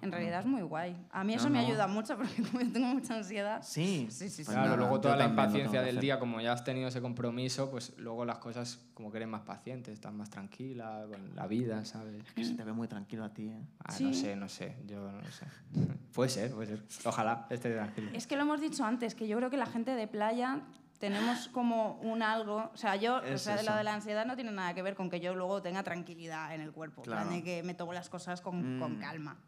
Speaker 2: En realidad es muy guay. A mí eso
Speaker 1: No,
Speaker 2: me
Speaker 1: no.
Speaker 2: ayuda mucho porque como yo tengo mucha ansiedad.
Speaker 1: Sí,
Speaker 2: Sí, sí,
Speaker 1: Pues
Speaker 3: claro,
Speaker 1: nada,
Speaker 3: luego
Speaker 1: yo
Speaker 3: toda la
Speaker 1: también lo tengo
Speaker 3: impaciencia
Speaker 1: que
Speaker 3: del
Speaker 1: hacer.
Speaker 3: día, como ya has tenido ese compromiso, pues luego las cosas como que eres más paciente, estás más tranquila con la vida, ¿sabes?
Speaker 1: Que se te ve muy tranquilo a ti, ¿eh?
Speaker 3: Ah,
Speaker 2: Sí.
Speaker 3: no sé, no sé, yo no sé. puede ser, puede ser. Ojalá esté tranquilo.
Speaker 2: Es que lo hemos dicho antes, que yo creo que la gente de playa tenemos como un algo. O sea, yo, o
Speaker 1: Es
Speaker 2: sea, de lo
Speaker 1: eso.
Speaker 2: de la ansiedad no tiene nada que ver con que yo luego tenga tranquilidad en el cuerpo, en plan
Speaker 1: Claro.
Speaker 2: de que me tomo las cosas con, con
Speaker 1: Mm.
Speaker 2: calma.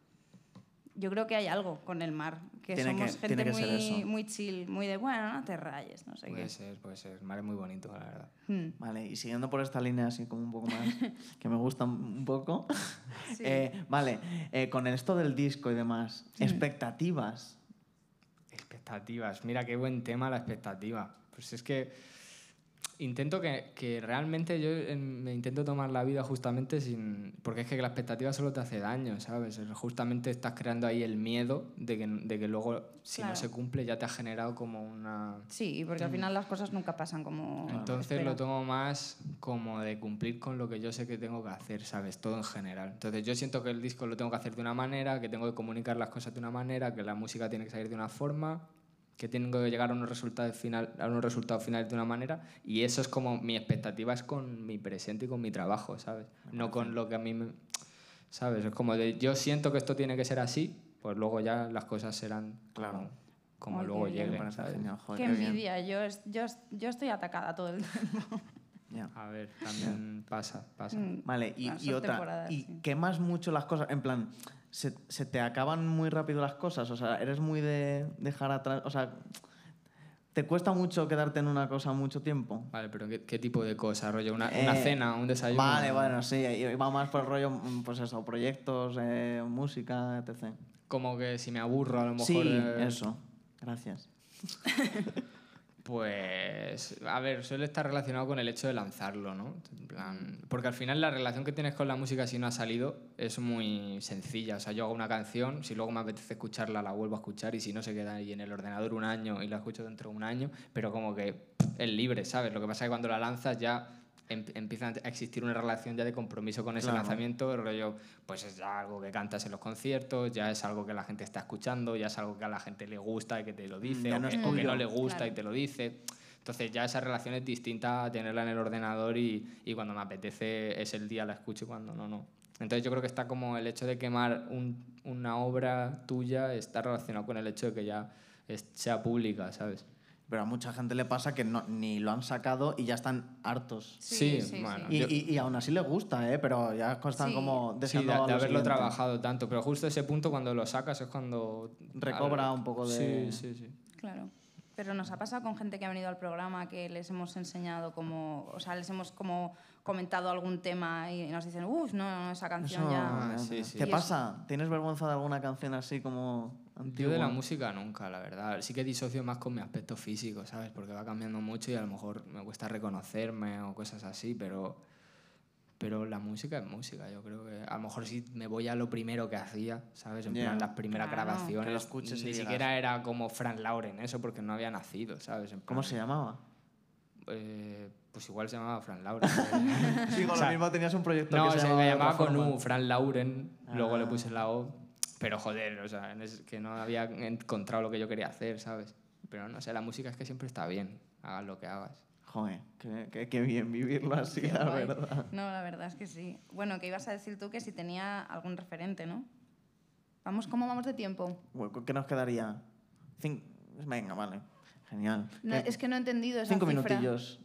Speaker 2: Yo creo que hay algo con el mar, que
Speaker 1: Tiene que-
Speaker 2: somos gente
Speaker 1: tiene que ser
Speaker 2: muy,
Speaker 1: eso. Pues,
Speaker 2: muy chill, muy de, bueno, no te rayes, no sé
Speaker 3: Puede ser, puede ser. El mar es muy bonito, la verdad.
Speaker 2: qué. Hmm.
Speaker 1: Vale, y siguiendo por esta línea así como un poco más, que me gusta un poco.
Speaker 2: Sí.
Speaker 1: Eh, vale, eh, con esto del disco y demás, expectativas.
Speaker 3: Expectativas, mira qué buen tema la expectativa. Pues es que intento que, que realmente yo eh, me intento tomar la vida justamente sin... Porque es que la expectativa solo te hace daño, ¿sabes? Es Justamente estás creando ahí el miedo de que, de que luego, si
Speaker 2: Claro.
Speaker 3: no se cumple, ya te ha generado como una...
Speaker 2: Sí, porque al
Speaker 1: mm.
Speaker 2: final las cosas nunca pasan como.
Speaker 3: Entonces
Speaker 2: esperas.
Speaker 3: lo tomo más como de cumplir con lo que yo sé que tengo que hacer, ¿sabes? Todo en general. Entonces yo siento que el disco lo tengo que hacer de una manera, que tengo que comunicar las cosas de una manera, que la música tiene que salir de una forma, que tengo que llegar a unos resultados, final, a unos resultados finales de una manera. Y eso es como mi expectativa es con mi presente y con mi trabajo, ¿sabes? No con lo que a mí me... ¿Sabes? Es como de yo siento que esto tiene que ser así, pues luego ya las cosas serán
Speaker 1: Claro.
Speaker 3: como, como
Speaker 2: Ay,
Speaker 3: luego
Speaker 2: qué bien.
Speaker 1: Me
Speaker 3: lleguen,
Speaker 1: parece
Speaker 3: ¿sabes?
Speaker 1: genial, joder,
Speaker 2: Qué
Speaker 1: qué bien.
Speaker 2: envidia, yo, es- yo, es- yo estoy atacada todo el tiempo.
Speaker 1: Ya.
Speaker 3: A ver, también pasa, pasa.
Speaker 1: Vale, y,
Speaker 2: Ah,
Speaker 1: y
Speaker 2: son
Speaker 1: otra.
Speaker 2: temporadas,
Speaker 1: ¿Y
Speaker 2: sí.
Speaker 1: quemas mucho las cosas? En plan, se, se te acaban muy rápido las cosas? O sea, eres muy de dejar atrás. O sea, ¿te cuesta mucho quedarte en una cosa mucho tiempo?
Speaker 3: Vale, pero ¿qué, qué tipo de cosa? ¿Rollo una, una
Speaker 1: Eh,
Speaker 3: cena, un desayuno?
Speaker 1: Vale, bueno, sí, y va más por el rollo, mm, pues eso, proyectos, eh, música, etc.
Speaker 3: Como que si me aburro, a lo mejor...
Speaker 1: Sí,
Speaker 3: eh,
Speaker 1: eso. Gracias.
Speaker 3: Pues, a ver, suele estar relacionado con el hecho de lanzarlo, ¿no? En plan, porque al final la relación que tienes con la música si no ha salido es muy sencilla. O sea, yo hago una canción, si luego me apetece escucharla, la vuelvo a escuchar y si no se queda ahí en el ordenador un año y la escucho dentro de un año, pero como que pff, es libre, ¿sabes? Lo que pasa es que cuando la lanzas ya em- empieza a existir una relación ya de compromiso con ese
Speaker 1: Claro.
Speaker 3: lanzamiento, rollo, pues es ya algo que cantas en los conciertos, ya es algo que la gente está escuchando, ya es algo que a la gente le gusta y que te lo dice,
Speaker 1: Mm, Ya
Speaker 3: o,
Speaker 1: no
Speaker 3: que,
Speaker 1: es
Speaker 3: o que
Speaker 1: tuyo.
Speaker 3: no le gusta
Speaker 2: Claro.
Speaker 3: y te lo dice. Entonces ya esa relación es distinta a tenerla en el ordenador y, y cuando me apetece es el día la escucho y cuando no, no. Entonces yo creo que está como el hecho de quemar un- una obra tuya está relacionado con el hecho de que ya es- sea pública, ¿sabes?
Speaker 1: Pero a mucha gente le pasa que no, ni lo han sacado y ya están hartos.
Speaker 2: Sí,
Speaker 3: Sí,
Speaker 2: sí,
Speaker 3: bueno.
Speaker 1: Y,
Speaker 3: yo-
Speaker 1: y- y aún así les gusta, ¿eh? Pero ya están
Speaker 2: Sí.
Speaker 1: como
Speaker 3: Sí, de,
Speaker 1: deseando
Speaker 3: de
Speaker 1: lo
Speaker 3: haberlo
Speaker 1: siguiente.
Speaker 3: trabajado tanto, pero justo ese punto cuando lo sacas es cuando...
Speaker 1: Recobra un poco de-
Speaker 3: Sí, sí, sí.
Speaker 2: Claro. Pero nos ha pasado con gente que ha venido al programa que les hemos enseñado como, o sea, les hemos como comentado algún tema y nos dicen, uff, no, no, esa canción
Speaker 1: Eso-
Speaker 2: ya.
Speaker 3: Ah, sí, sí.
Speaker 1: ¿Te
Speaker 2: Y
Speaker 1: pasa? ¿Tienes vergüenza de alguna canción así como
Speaker 3: Yo
Speaker 1: antigua?
Speaker 3: de la música nunca, la verdad. Sí que disocio más con mi aspecto físico, ¿sabes? Porque va cambiando mucho y a lo mejor me cuesta reconocerme o cosas así, pero, pero la música es música. Yo creo que a lo mejor si me voy a lo primero que hacía, ¿sabes? En
Speaker 1: Ya.
Speaker 3: plan, las primeras
Speaker 2: Claro.
Speaker 3: grabaciones.
Speaker 1: Que lo escuches y
Speaker 3: ni
Speaker 1: digas.
Speaker 3: siquiera era como Frank Lauren eso, porque no había nacido, ¿sabes? En
Speaker 1: ¿Cómo
Speaker 3: plan,
Speaker 1: se llamaba?
Speaker 3: eh, pues igual se llamaba Frank Lauren.
Speaker 1: Sí, con
Speaker 3: O sea,
Speaker 1: lo mismo tenías un proyecto
Speaker 3: No,
Speaker 1: que
Speaker 3: se,
Speaker 1: se llamaba de
Speaker 3: llamaba
Speaker 1: otra
Speaker 3: con
Speaker 1: forma.
Speaker 3: U, Fran Lauren, luego le
Speaker 1: Ah.
Speaker 3: puse la O, pero joder, o sea, en es- que no había encontrado lo que yo quería hacer, ¿sabes? Pero no sé, la música es que siempre está bien, hagas lo que hagas.
Speaker 1: Joder, qué, qué- qué bien vivirlo así,
Speaker 2: Qué
Speaker 1: la
Speaker 2: guay.
Speaker 1: verdad.
Speaker 2: No, la verdad es que sí. Bueno, que ibas a decir tú que si tenía algún referente, ¿no? Vamos, ¿cómo vamos de tiempo?
Speaker 1: Bueno, ¿Qué nos quedaría? Cin- Venga, vale. Genial.
Speaker 2: No,
Speaker 1: ¿Qué-
Speaker 2: es que no he entendido esa
Speaker 1: Eh, Cinco
Speaker 2: cifra.
Speaker 1: minutillos.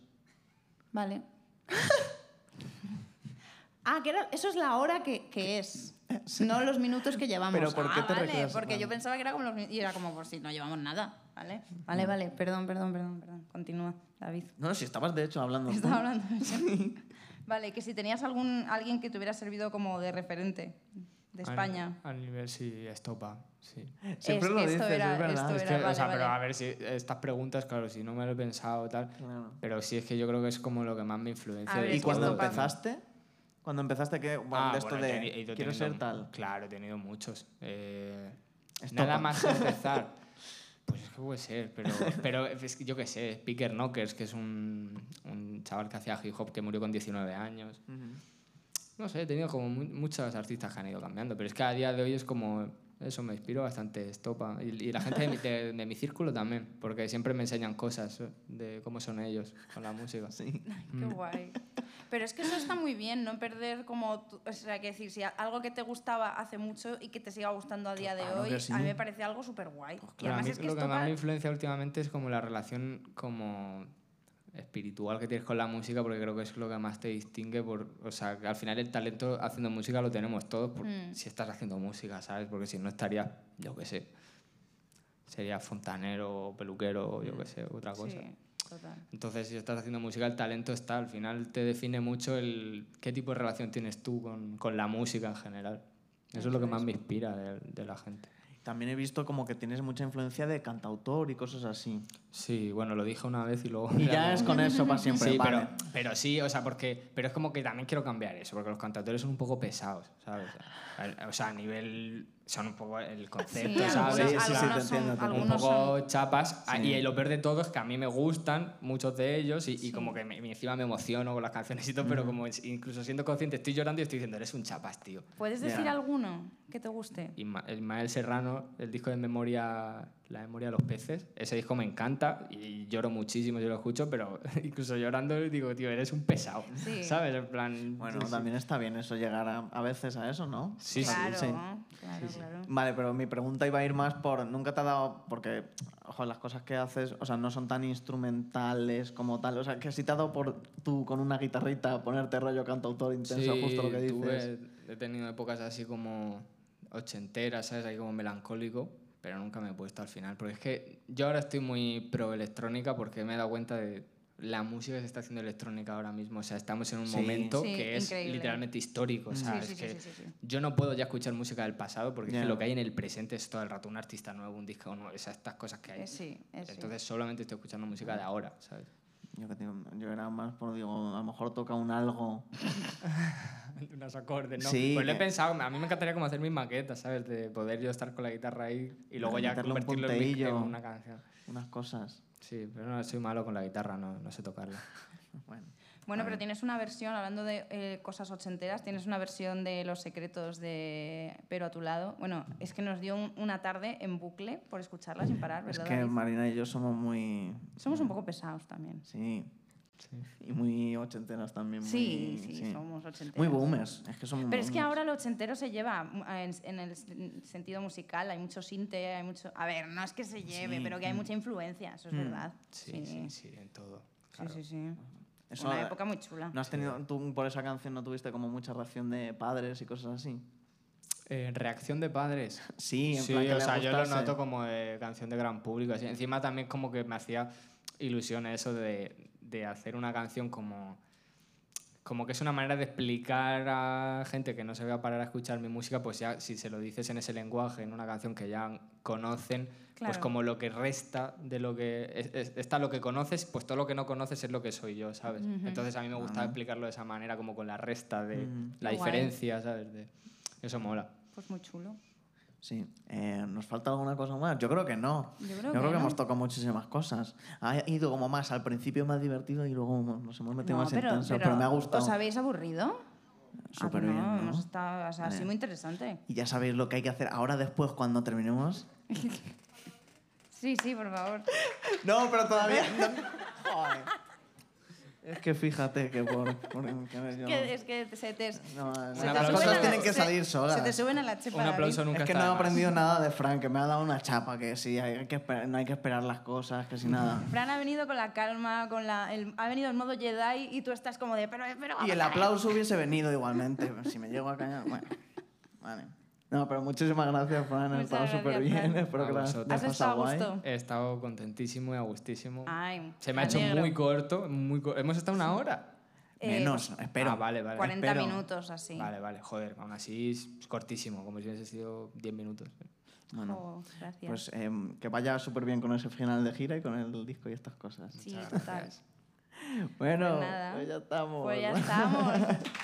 Speaker 2: Vale. ah, que era- eso es la hora que, que es. No los minutos que llevamos.
Speaker 1: eh, Pero, ¿por qué
Speaker 2: Ah,
Speaker 1: te
Speaker 2: vale,
Speaker 1: recreas?
Speaker 2: porque
Speaker 1: Vale.
Speaker 2: yo pensaba que era como los mi- y era como por si no llevamos nada, ¿vale? Vale, vale, perdón, perdón, perdón, perdón. Continúa, David.
Speaker 1: No, si estabas de hecho hablando. tú.
Speaker 2: Estaba hablando. vale, que si tenías algún alguien que te hubiera servido como de referente de España.
Speaker 3: A nivel si estopa, sí.
Speaker 1: Siempre
Speaker 2: Es
Speaker 1: lo
Speaker 2: que
Speaker 1: dices,
Speaker 2: esto era-
Speaker 1: es verdad.
Speaker 2: esto
Speaker 3: Es
Speaker 2: era-
Speaker 3: que,
Speaker 2: vale,
Speaker 3: o sea, pero
Speaker 2: vale.
Speaker 3: a ver si estas preguntas, claro, si no me lo he pensado tal,
Speaker 1: Claro.
Speaker 3: pero sí es que yo creo que es como lo que más me influencia.
Speaker 2: A
Speaker 3: de
Speaker 2: ver,
Speaker 1: ¿Y
Speaker 2: es que
Speaker 3: todo,
Speaker 1: cuando
Speaker 2: esto
Speaker 3: ¿no?
Speaker 2: pasa.
Speaker 1: empezaste? Cuando empezaste que bueno,
Speaker 3: Ah,
Speaker 1: de esto
Speaker 3: bueno, he teni- he
Speaker 1: de
Speaker 3: ido
Speaker 1: quiero
Speaker 3: teniendo-
Speaker 1: ser tal.
Speaker 3: Claro, he tenido muchos. Eh,
Speaker 1: Estopa.
Speaker 3: nada más empezar. Pues es que puede ser, pero, pero es que yo qué sé, Picker Knockers, que es un, un chaval que hacía hip hop que murió con 19 años. No sé, he tenido como mu- muchos artistas que han ido cambiando, pero es que a día de hoy es como, eso me inspiro bastante, estopa. Y, y la gente de mi, de- de mi círculo también, porque siempre me enseñan cosas de cómo son ellos con la música.
Speaker 1: Sí.
Speaker 2: Qué
Speaker 3: Mm.
Speaker 2: guay. Pero es que eso está muy bien, no perder como, tu- o sea, que decir, si a- algo que te gustaba hace mucho y que te siga gustando a día de
Speaker 1: Claro
Speaker 2: hoy,
Speaker 1: que sí.
Speaker 2: a mí me parece algo súper guay. y
Speaker 3: Pero a
Speaker 2: además
Speaker 3: mí
Speaker 2: es que
Speaker 3: lo
Speaker 2: esto
Speaker 3: que más
Speaker 2: pa-
Speaker 3: me influencia últimamente es como la relación como espiritual que tienes con la música, porque creo que es lo que más te distingue. Por, o sea, que al final el talento haciendo música lo tenemos todos por-
Speaker 2: Mm.
Speaker 3: si estás haciendo música, ¿sabes? Porque si no estarías, yo qué sé, sería fontanero, peluquero, yo qué sé, otra cosa.
Speaker 2: Mm. Sí, total.
Speaker 3: Entonces, si estás haciendo música, el talento está. Al final te define mucho el qué tipo de relación tienes tú con, con la música en general. Eso, es lo que
Speaker 2: Eso
Speaker 3: más
Speaker 2: es.
Speaker 3: me inspira de- de la gente.
Speaker 1: También he visto como que tienes mucha influencia de cantautor y cosas así.
Speaker 3: Sí, bueno, lo dije una vez y luego...
Speaker 1: Y
Speaker 3: era
Speaker 1: ya
Speaker 3: como-
Speaker 1: es con eso para siempre.
Speaker 3: Sí,
Speaker 1: vale.
Speaker 3: pero, pero sí, o sea, porque pero es como que también quiero cambiar eso, porque los cantautores son un poco pesados, ¿sabes? O sea, a nivel son un poco el concepto,
Speaker 2: Sí,
Speaker 3: ¿sabes?
Speaker 2: algunos,
Speaker 1: Sí, sí, sí, te
Speaker 2: algunos
Speaker 1: entiendo,
Speaker 2: son,
Speaker 1: te
Speaker 3: un
Speaker 1: entiendo.
Speaker 2: algunos
Speaker 3: poco
Speaker 2: son-
Speaker 3: chapas Ah,
Speaker 1: Sí.
Speaker 3: y lo peor de todo es que a mí me gustan muchos de ellos y, y como que me- me- encima me emociono con las canciones y todo, pero como es- incluso siendo consciente estoy llorando y estoy diciendo, eres un chapas, tío.
Speaker 2: ¿Puedes
Speaker 1: Ya.
Speaker 2: decir alguno que te guste?
Speaker 3: Isma- Ismael Serrano, el disco de memoria, La memoria de los peces, ese disco me encanta y lloro muchísimo, yo lo escucho, pero incluso llorando digo, tío, eres un pesado,
Speaker 2: Sí.
Speaker 3: ¿sabes? En plan...
Speaker 1: Bueno,
Speaker 3: sí, sí.
Speaker 1: también está bien eso, llegar a, a veces a eso, ¿no?
Speaker 3: Sí, sí.
Speaker 2: claro,
Speaker 1: sí.
Speaker 2: claro, claro.
Speaker 1: Vale, pero mi pregunta iba a ir más por, nunca te ha dado, porque, ojo, las cosas que haces, o sea, no son tan instrumentales como tal, o sea, que si te ha dado por tú con una guitarrita ponerte rollo cantautor intenso,
Speaker 3: Sí,
Speaker 1: justo lo que dices.
Speaker 3: tuve- he tenido épocas así como ochenteras, ¿sabes? Ahí como melancólico, pero nunca me he puesto al final. Porque es que yo ahora estoy muy pro electrónica porque me he dado cuenta de la música que se está haciendo electrónica ahora mismo. O sea, estamos en un
Speaker 1: Sí. Mm.
Speaker 3: momento
Speaker 2: Sí,
Speaker 3: que es
Speaker 2: increíble.
Speaker 3: literalmente histórico. O sea,
Speaker 2: Sí, sí,
Speaker 3: es
Speaker 2: sí,
Speaker 3: que eh,
Speaker 2: sí, sí, sí.
Speaker 3: yo no puedo ya escuchar música del pasado porque es
Speaker 1: Ya.
Speaker 3: que lo que hay en el presente es todo el rato un artista nuevo, un disco nuevo, o sea, estas cosas que hay.
Speaker 2: Eh, sí, eh, sí.
Speaker 3: Entonces solamente estoy escuchando música de ahora, ¿sabes?
Speaker 1: Yo, que te digo, yo era más por, digo, a lo mejor toca un algo.
Speaker 3: Unos acordes, ¿no?
Speaker 1: Sí,
Speaker 3: pues lo he
Speaker 1: que-
Speaker 3: pensado, a mí me encantaría como hacer mis maquetas, ¿sabes? De poder yo estar con la guitarra ahí y luego ya
Speaker 1: Meterle un
Speaker 3: convertirlo en, mi- en
Speaker 1: punteillo.
Speaker 3: una canción.
Speaker 1: Unas cosas.
Speaker 3: Sí, pero no, soy malo con la guitarra, no, no sé tocarla.
Speaker 1: Bueno.
Speaker 2: Bueno, pero tienes una versión, hablando de eh, cosas ochenteras, tienes una versión de Los secretos de Pero a tu lado. Bueno, es que nos dio un- una tarde en bucle por escucharla sin parar,
Speaker 1: Es
Speaker 2: ¿verdad?
Speaker 1: que
Speaker 2: David?
Speaker 1: Marina y yo somos muy.
Speaker 2: Somos un poco pesados también.
Speaker 1: Sí. Y muy ochenteras también. muy-
Speaker 2: Sí, sí, somos ochenteros.
Speaker 1: Muy boomers. Es que somos
Speaker 2: Pero es que
Speaker 1: boomers.
Speaker 2: ahora lo ochentero se lleva mm, a- en, en el s- sentido musical, hay mucho sinte, hay mucho... A ver, no es que se lleve,
Speaker 1: Sí,
Speaker 2: pero que hay
Speaker 1: mm.
Speaker 2: mucha influencia, eso es
Speaker 1: Mm.
Speaker 2: verdad.
Speaker 3: Sí, sí, sí, en todo. claro.
Speaker 2: sí, sí, sí.
Speaker 1: Eso-
Speaker 2: Una época muy chula.
Speaker 1: ¿No has tenido, tú por esa canción no tuviste como mucha reacción de padres y cosas así?
Speaker 3: Eh, reacción de padres.
Speaker 1: Sí, en
Speaker 3: sí,
Speaker 1: plan que
Speaker 3: o
Speaker 1: le
Speaker 3: sea, yo lo
Speaker 1: gustase.
Speaker 3: noto como de canción de gran público. así. Encima también como que me hacía ilusión eso de, de hacer una canción como... Como que es una manera de explicar a gente que no se va a parar a escuchar mi música, pues ya si se lo dices en ese lenguaje, en una canción que ya conocen, pues
Speaker 2: Claro.
Speaker 3: como lo que resta de lo que... es- es- está lo que conoces, pues todo lo que no conoces es lo que soy yo, ¿sabes? Entonces a mí me gusta explicarlo de esa manera, como con la resta de
Speaker 1: Ujú.
Speaker 3: la
Speaker 2: Qué guay.
Speaker 3: diferencia, ¿sabes? De- eso mola.
Speaker 2: Pues muy chulo.
Speaker 1: Sí. Eh, ¿Nos falta alguna cosa más? Yo creo que no.
Speaker 2: Yo creo que no.
Speaker 1: hemos tocado muchísimas cosas. Ha ido como más. Al principio más divertido y luego nos hemos metido
Speaker 2: No,
Speaker 1: más en tenso. Pero, me ha gustado.
Speaker 2: ¿Os habéis aburrido?
Speaker 1: Súper
Speaker 2: ah, no,
Speaker 1: bien, ¿no?
Speaker 2: hemos estado... O sea, ha sido
Speaker 1: Eh.
Speaker 2: muy interesante.
Speaker 1: Y ya sabéis lo que hay que hacer ahora después cuando terminemos.
Speaker 2: Sí, sí, por favor.
Speaker 1: No, pero todavía. Joder. Es que fíjate que por. por que yo no-
Speaker 2: Que- es que se te... se
Speaker 1: no,
Speaker 2: te
Speaker 1: las
Speaker 3: aplauso.
Speaker 2: suben
Speaker 1: cosas
Speaker 2: a-
Speaker 1: tienen que
Speaker 2: se-
Speaker 1: salir solas.
Speaker 2: Se te suben a la chepa,
Speaker 3: Un
Speaker 2: David.
Speaker 3: aplauso nunca
Speaker 1: Es que
Speaker 3: está
Speaker 1: no he
Speaker 3: de más.
Speaker 1: aprendido nada de Frank, que me ha dado una chapa, que sí, hay que esperar- no hay que esperar las cosas, que si nada.
Speaker 2: Fran ha venido con la calma, con la, el- ha venido en modo Jedi y tú estás como de, pero, pero vamos
Speaker 1: Y el
Speaker 2: a ver".
Speaker 1: aplauso hubiese venido igualmente, si me llego a cañar, bueno, vale. No, pero muchísimas gracias, Fran, ha
Speaker 2: Muchas
Speaker 1: estado
Speaker 2: gracias,
Speaker 1: súper bien,
Speaker 2: Fran.
Speaker 1: espero
Speaker 3: A
Speaker 1: que la hayas
Speaker 3: vosotros.
Speaker 2: ¿Has estado a
Speaker 1: pasado guay.
Speaker 2: gusto?
Speaker 3: He estado contentísimo y a gustísimo.
Speaker 2: Ay,
Speaker 3: Se me ha hecho
Speaker 2: alegro.
Speaker 3: muy corto, muy cor- Hemos estado una hora.
Speaker 2: Eh,
Speaker 1: Menos, espero.
Speaker 3: Ah, vale, vale.
Speaker 2: 40
Speaker 1: espero.
Speaker 2: minutos así.
Speaker 3: Vale, vale, joder, aún así es cortísimo, como si hubiese sido 10 minutos.
Speaker 1: Bueno,
Speaker 2: Oh, gracias.
Speaker 1: pues em, que vaya súper bien con ese final de gira y con el disco y estas cosas.
Speaker 2: sí,
Speaker 3: muchas
Speaker 2: total.
Speaker 3: gracias.
Speaker 1: Bueno,
Speaker 2: Pues nada.
Speaker 1: pues ya estamos.
Speaker 2: Pues ya estamos.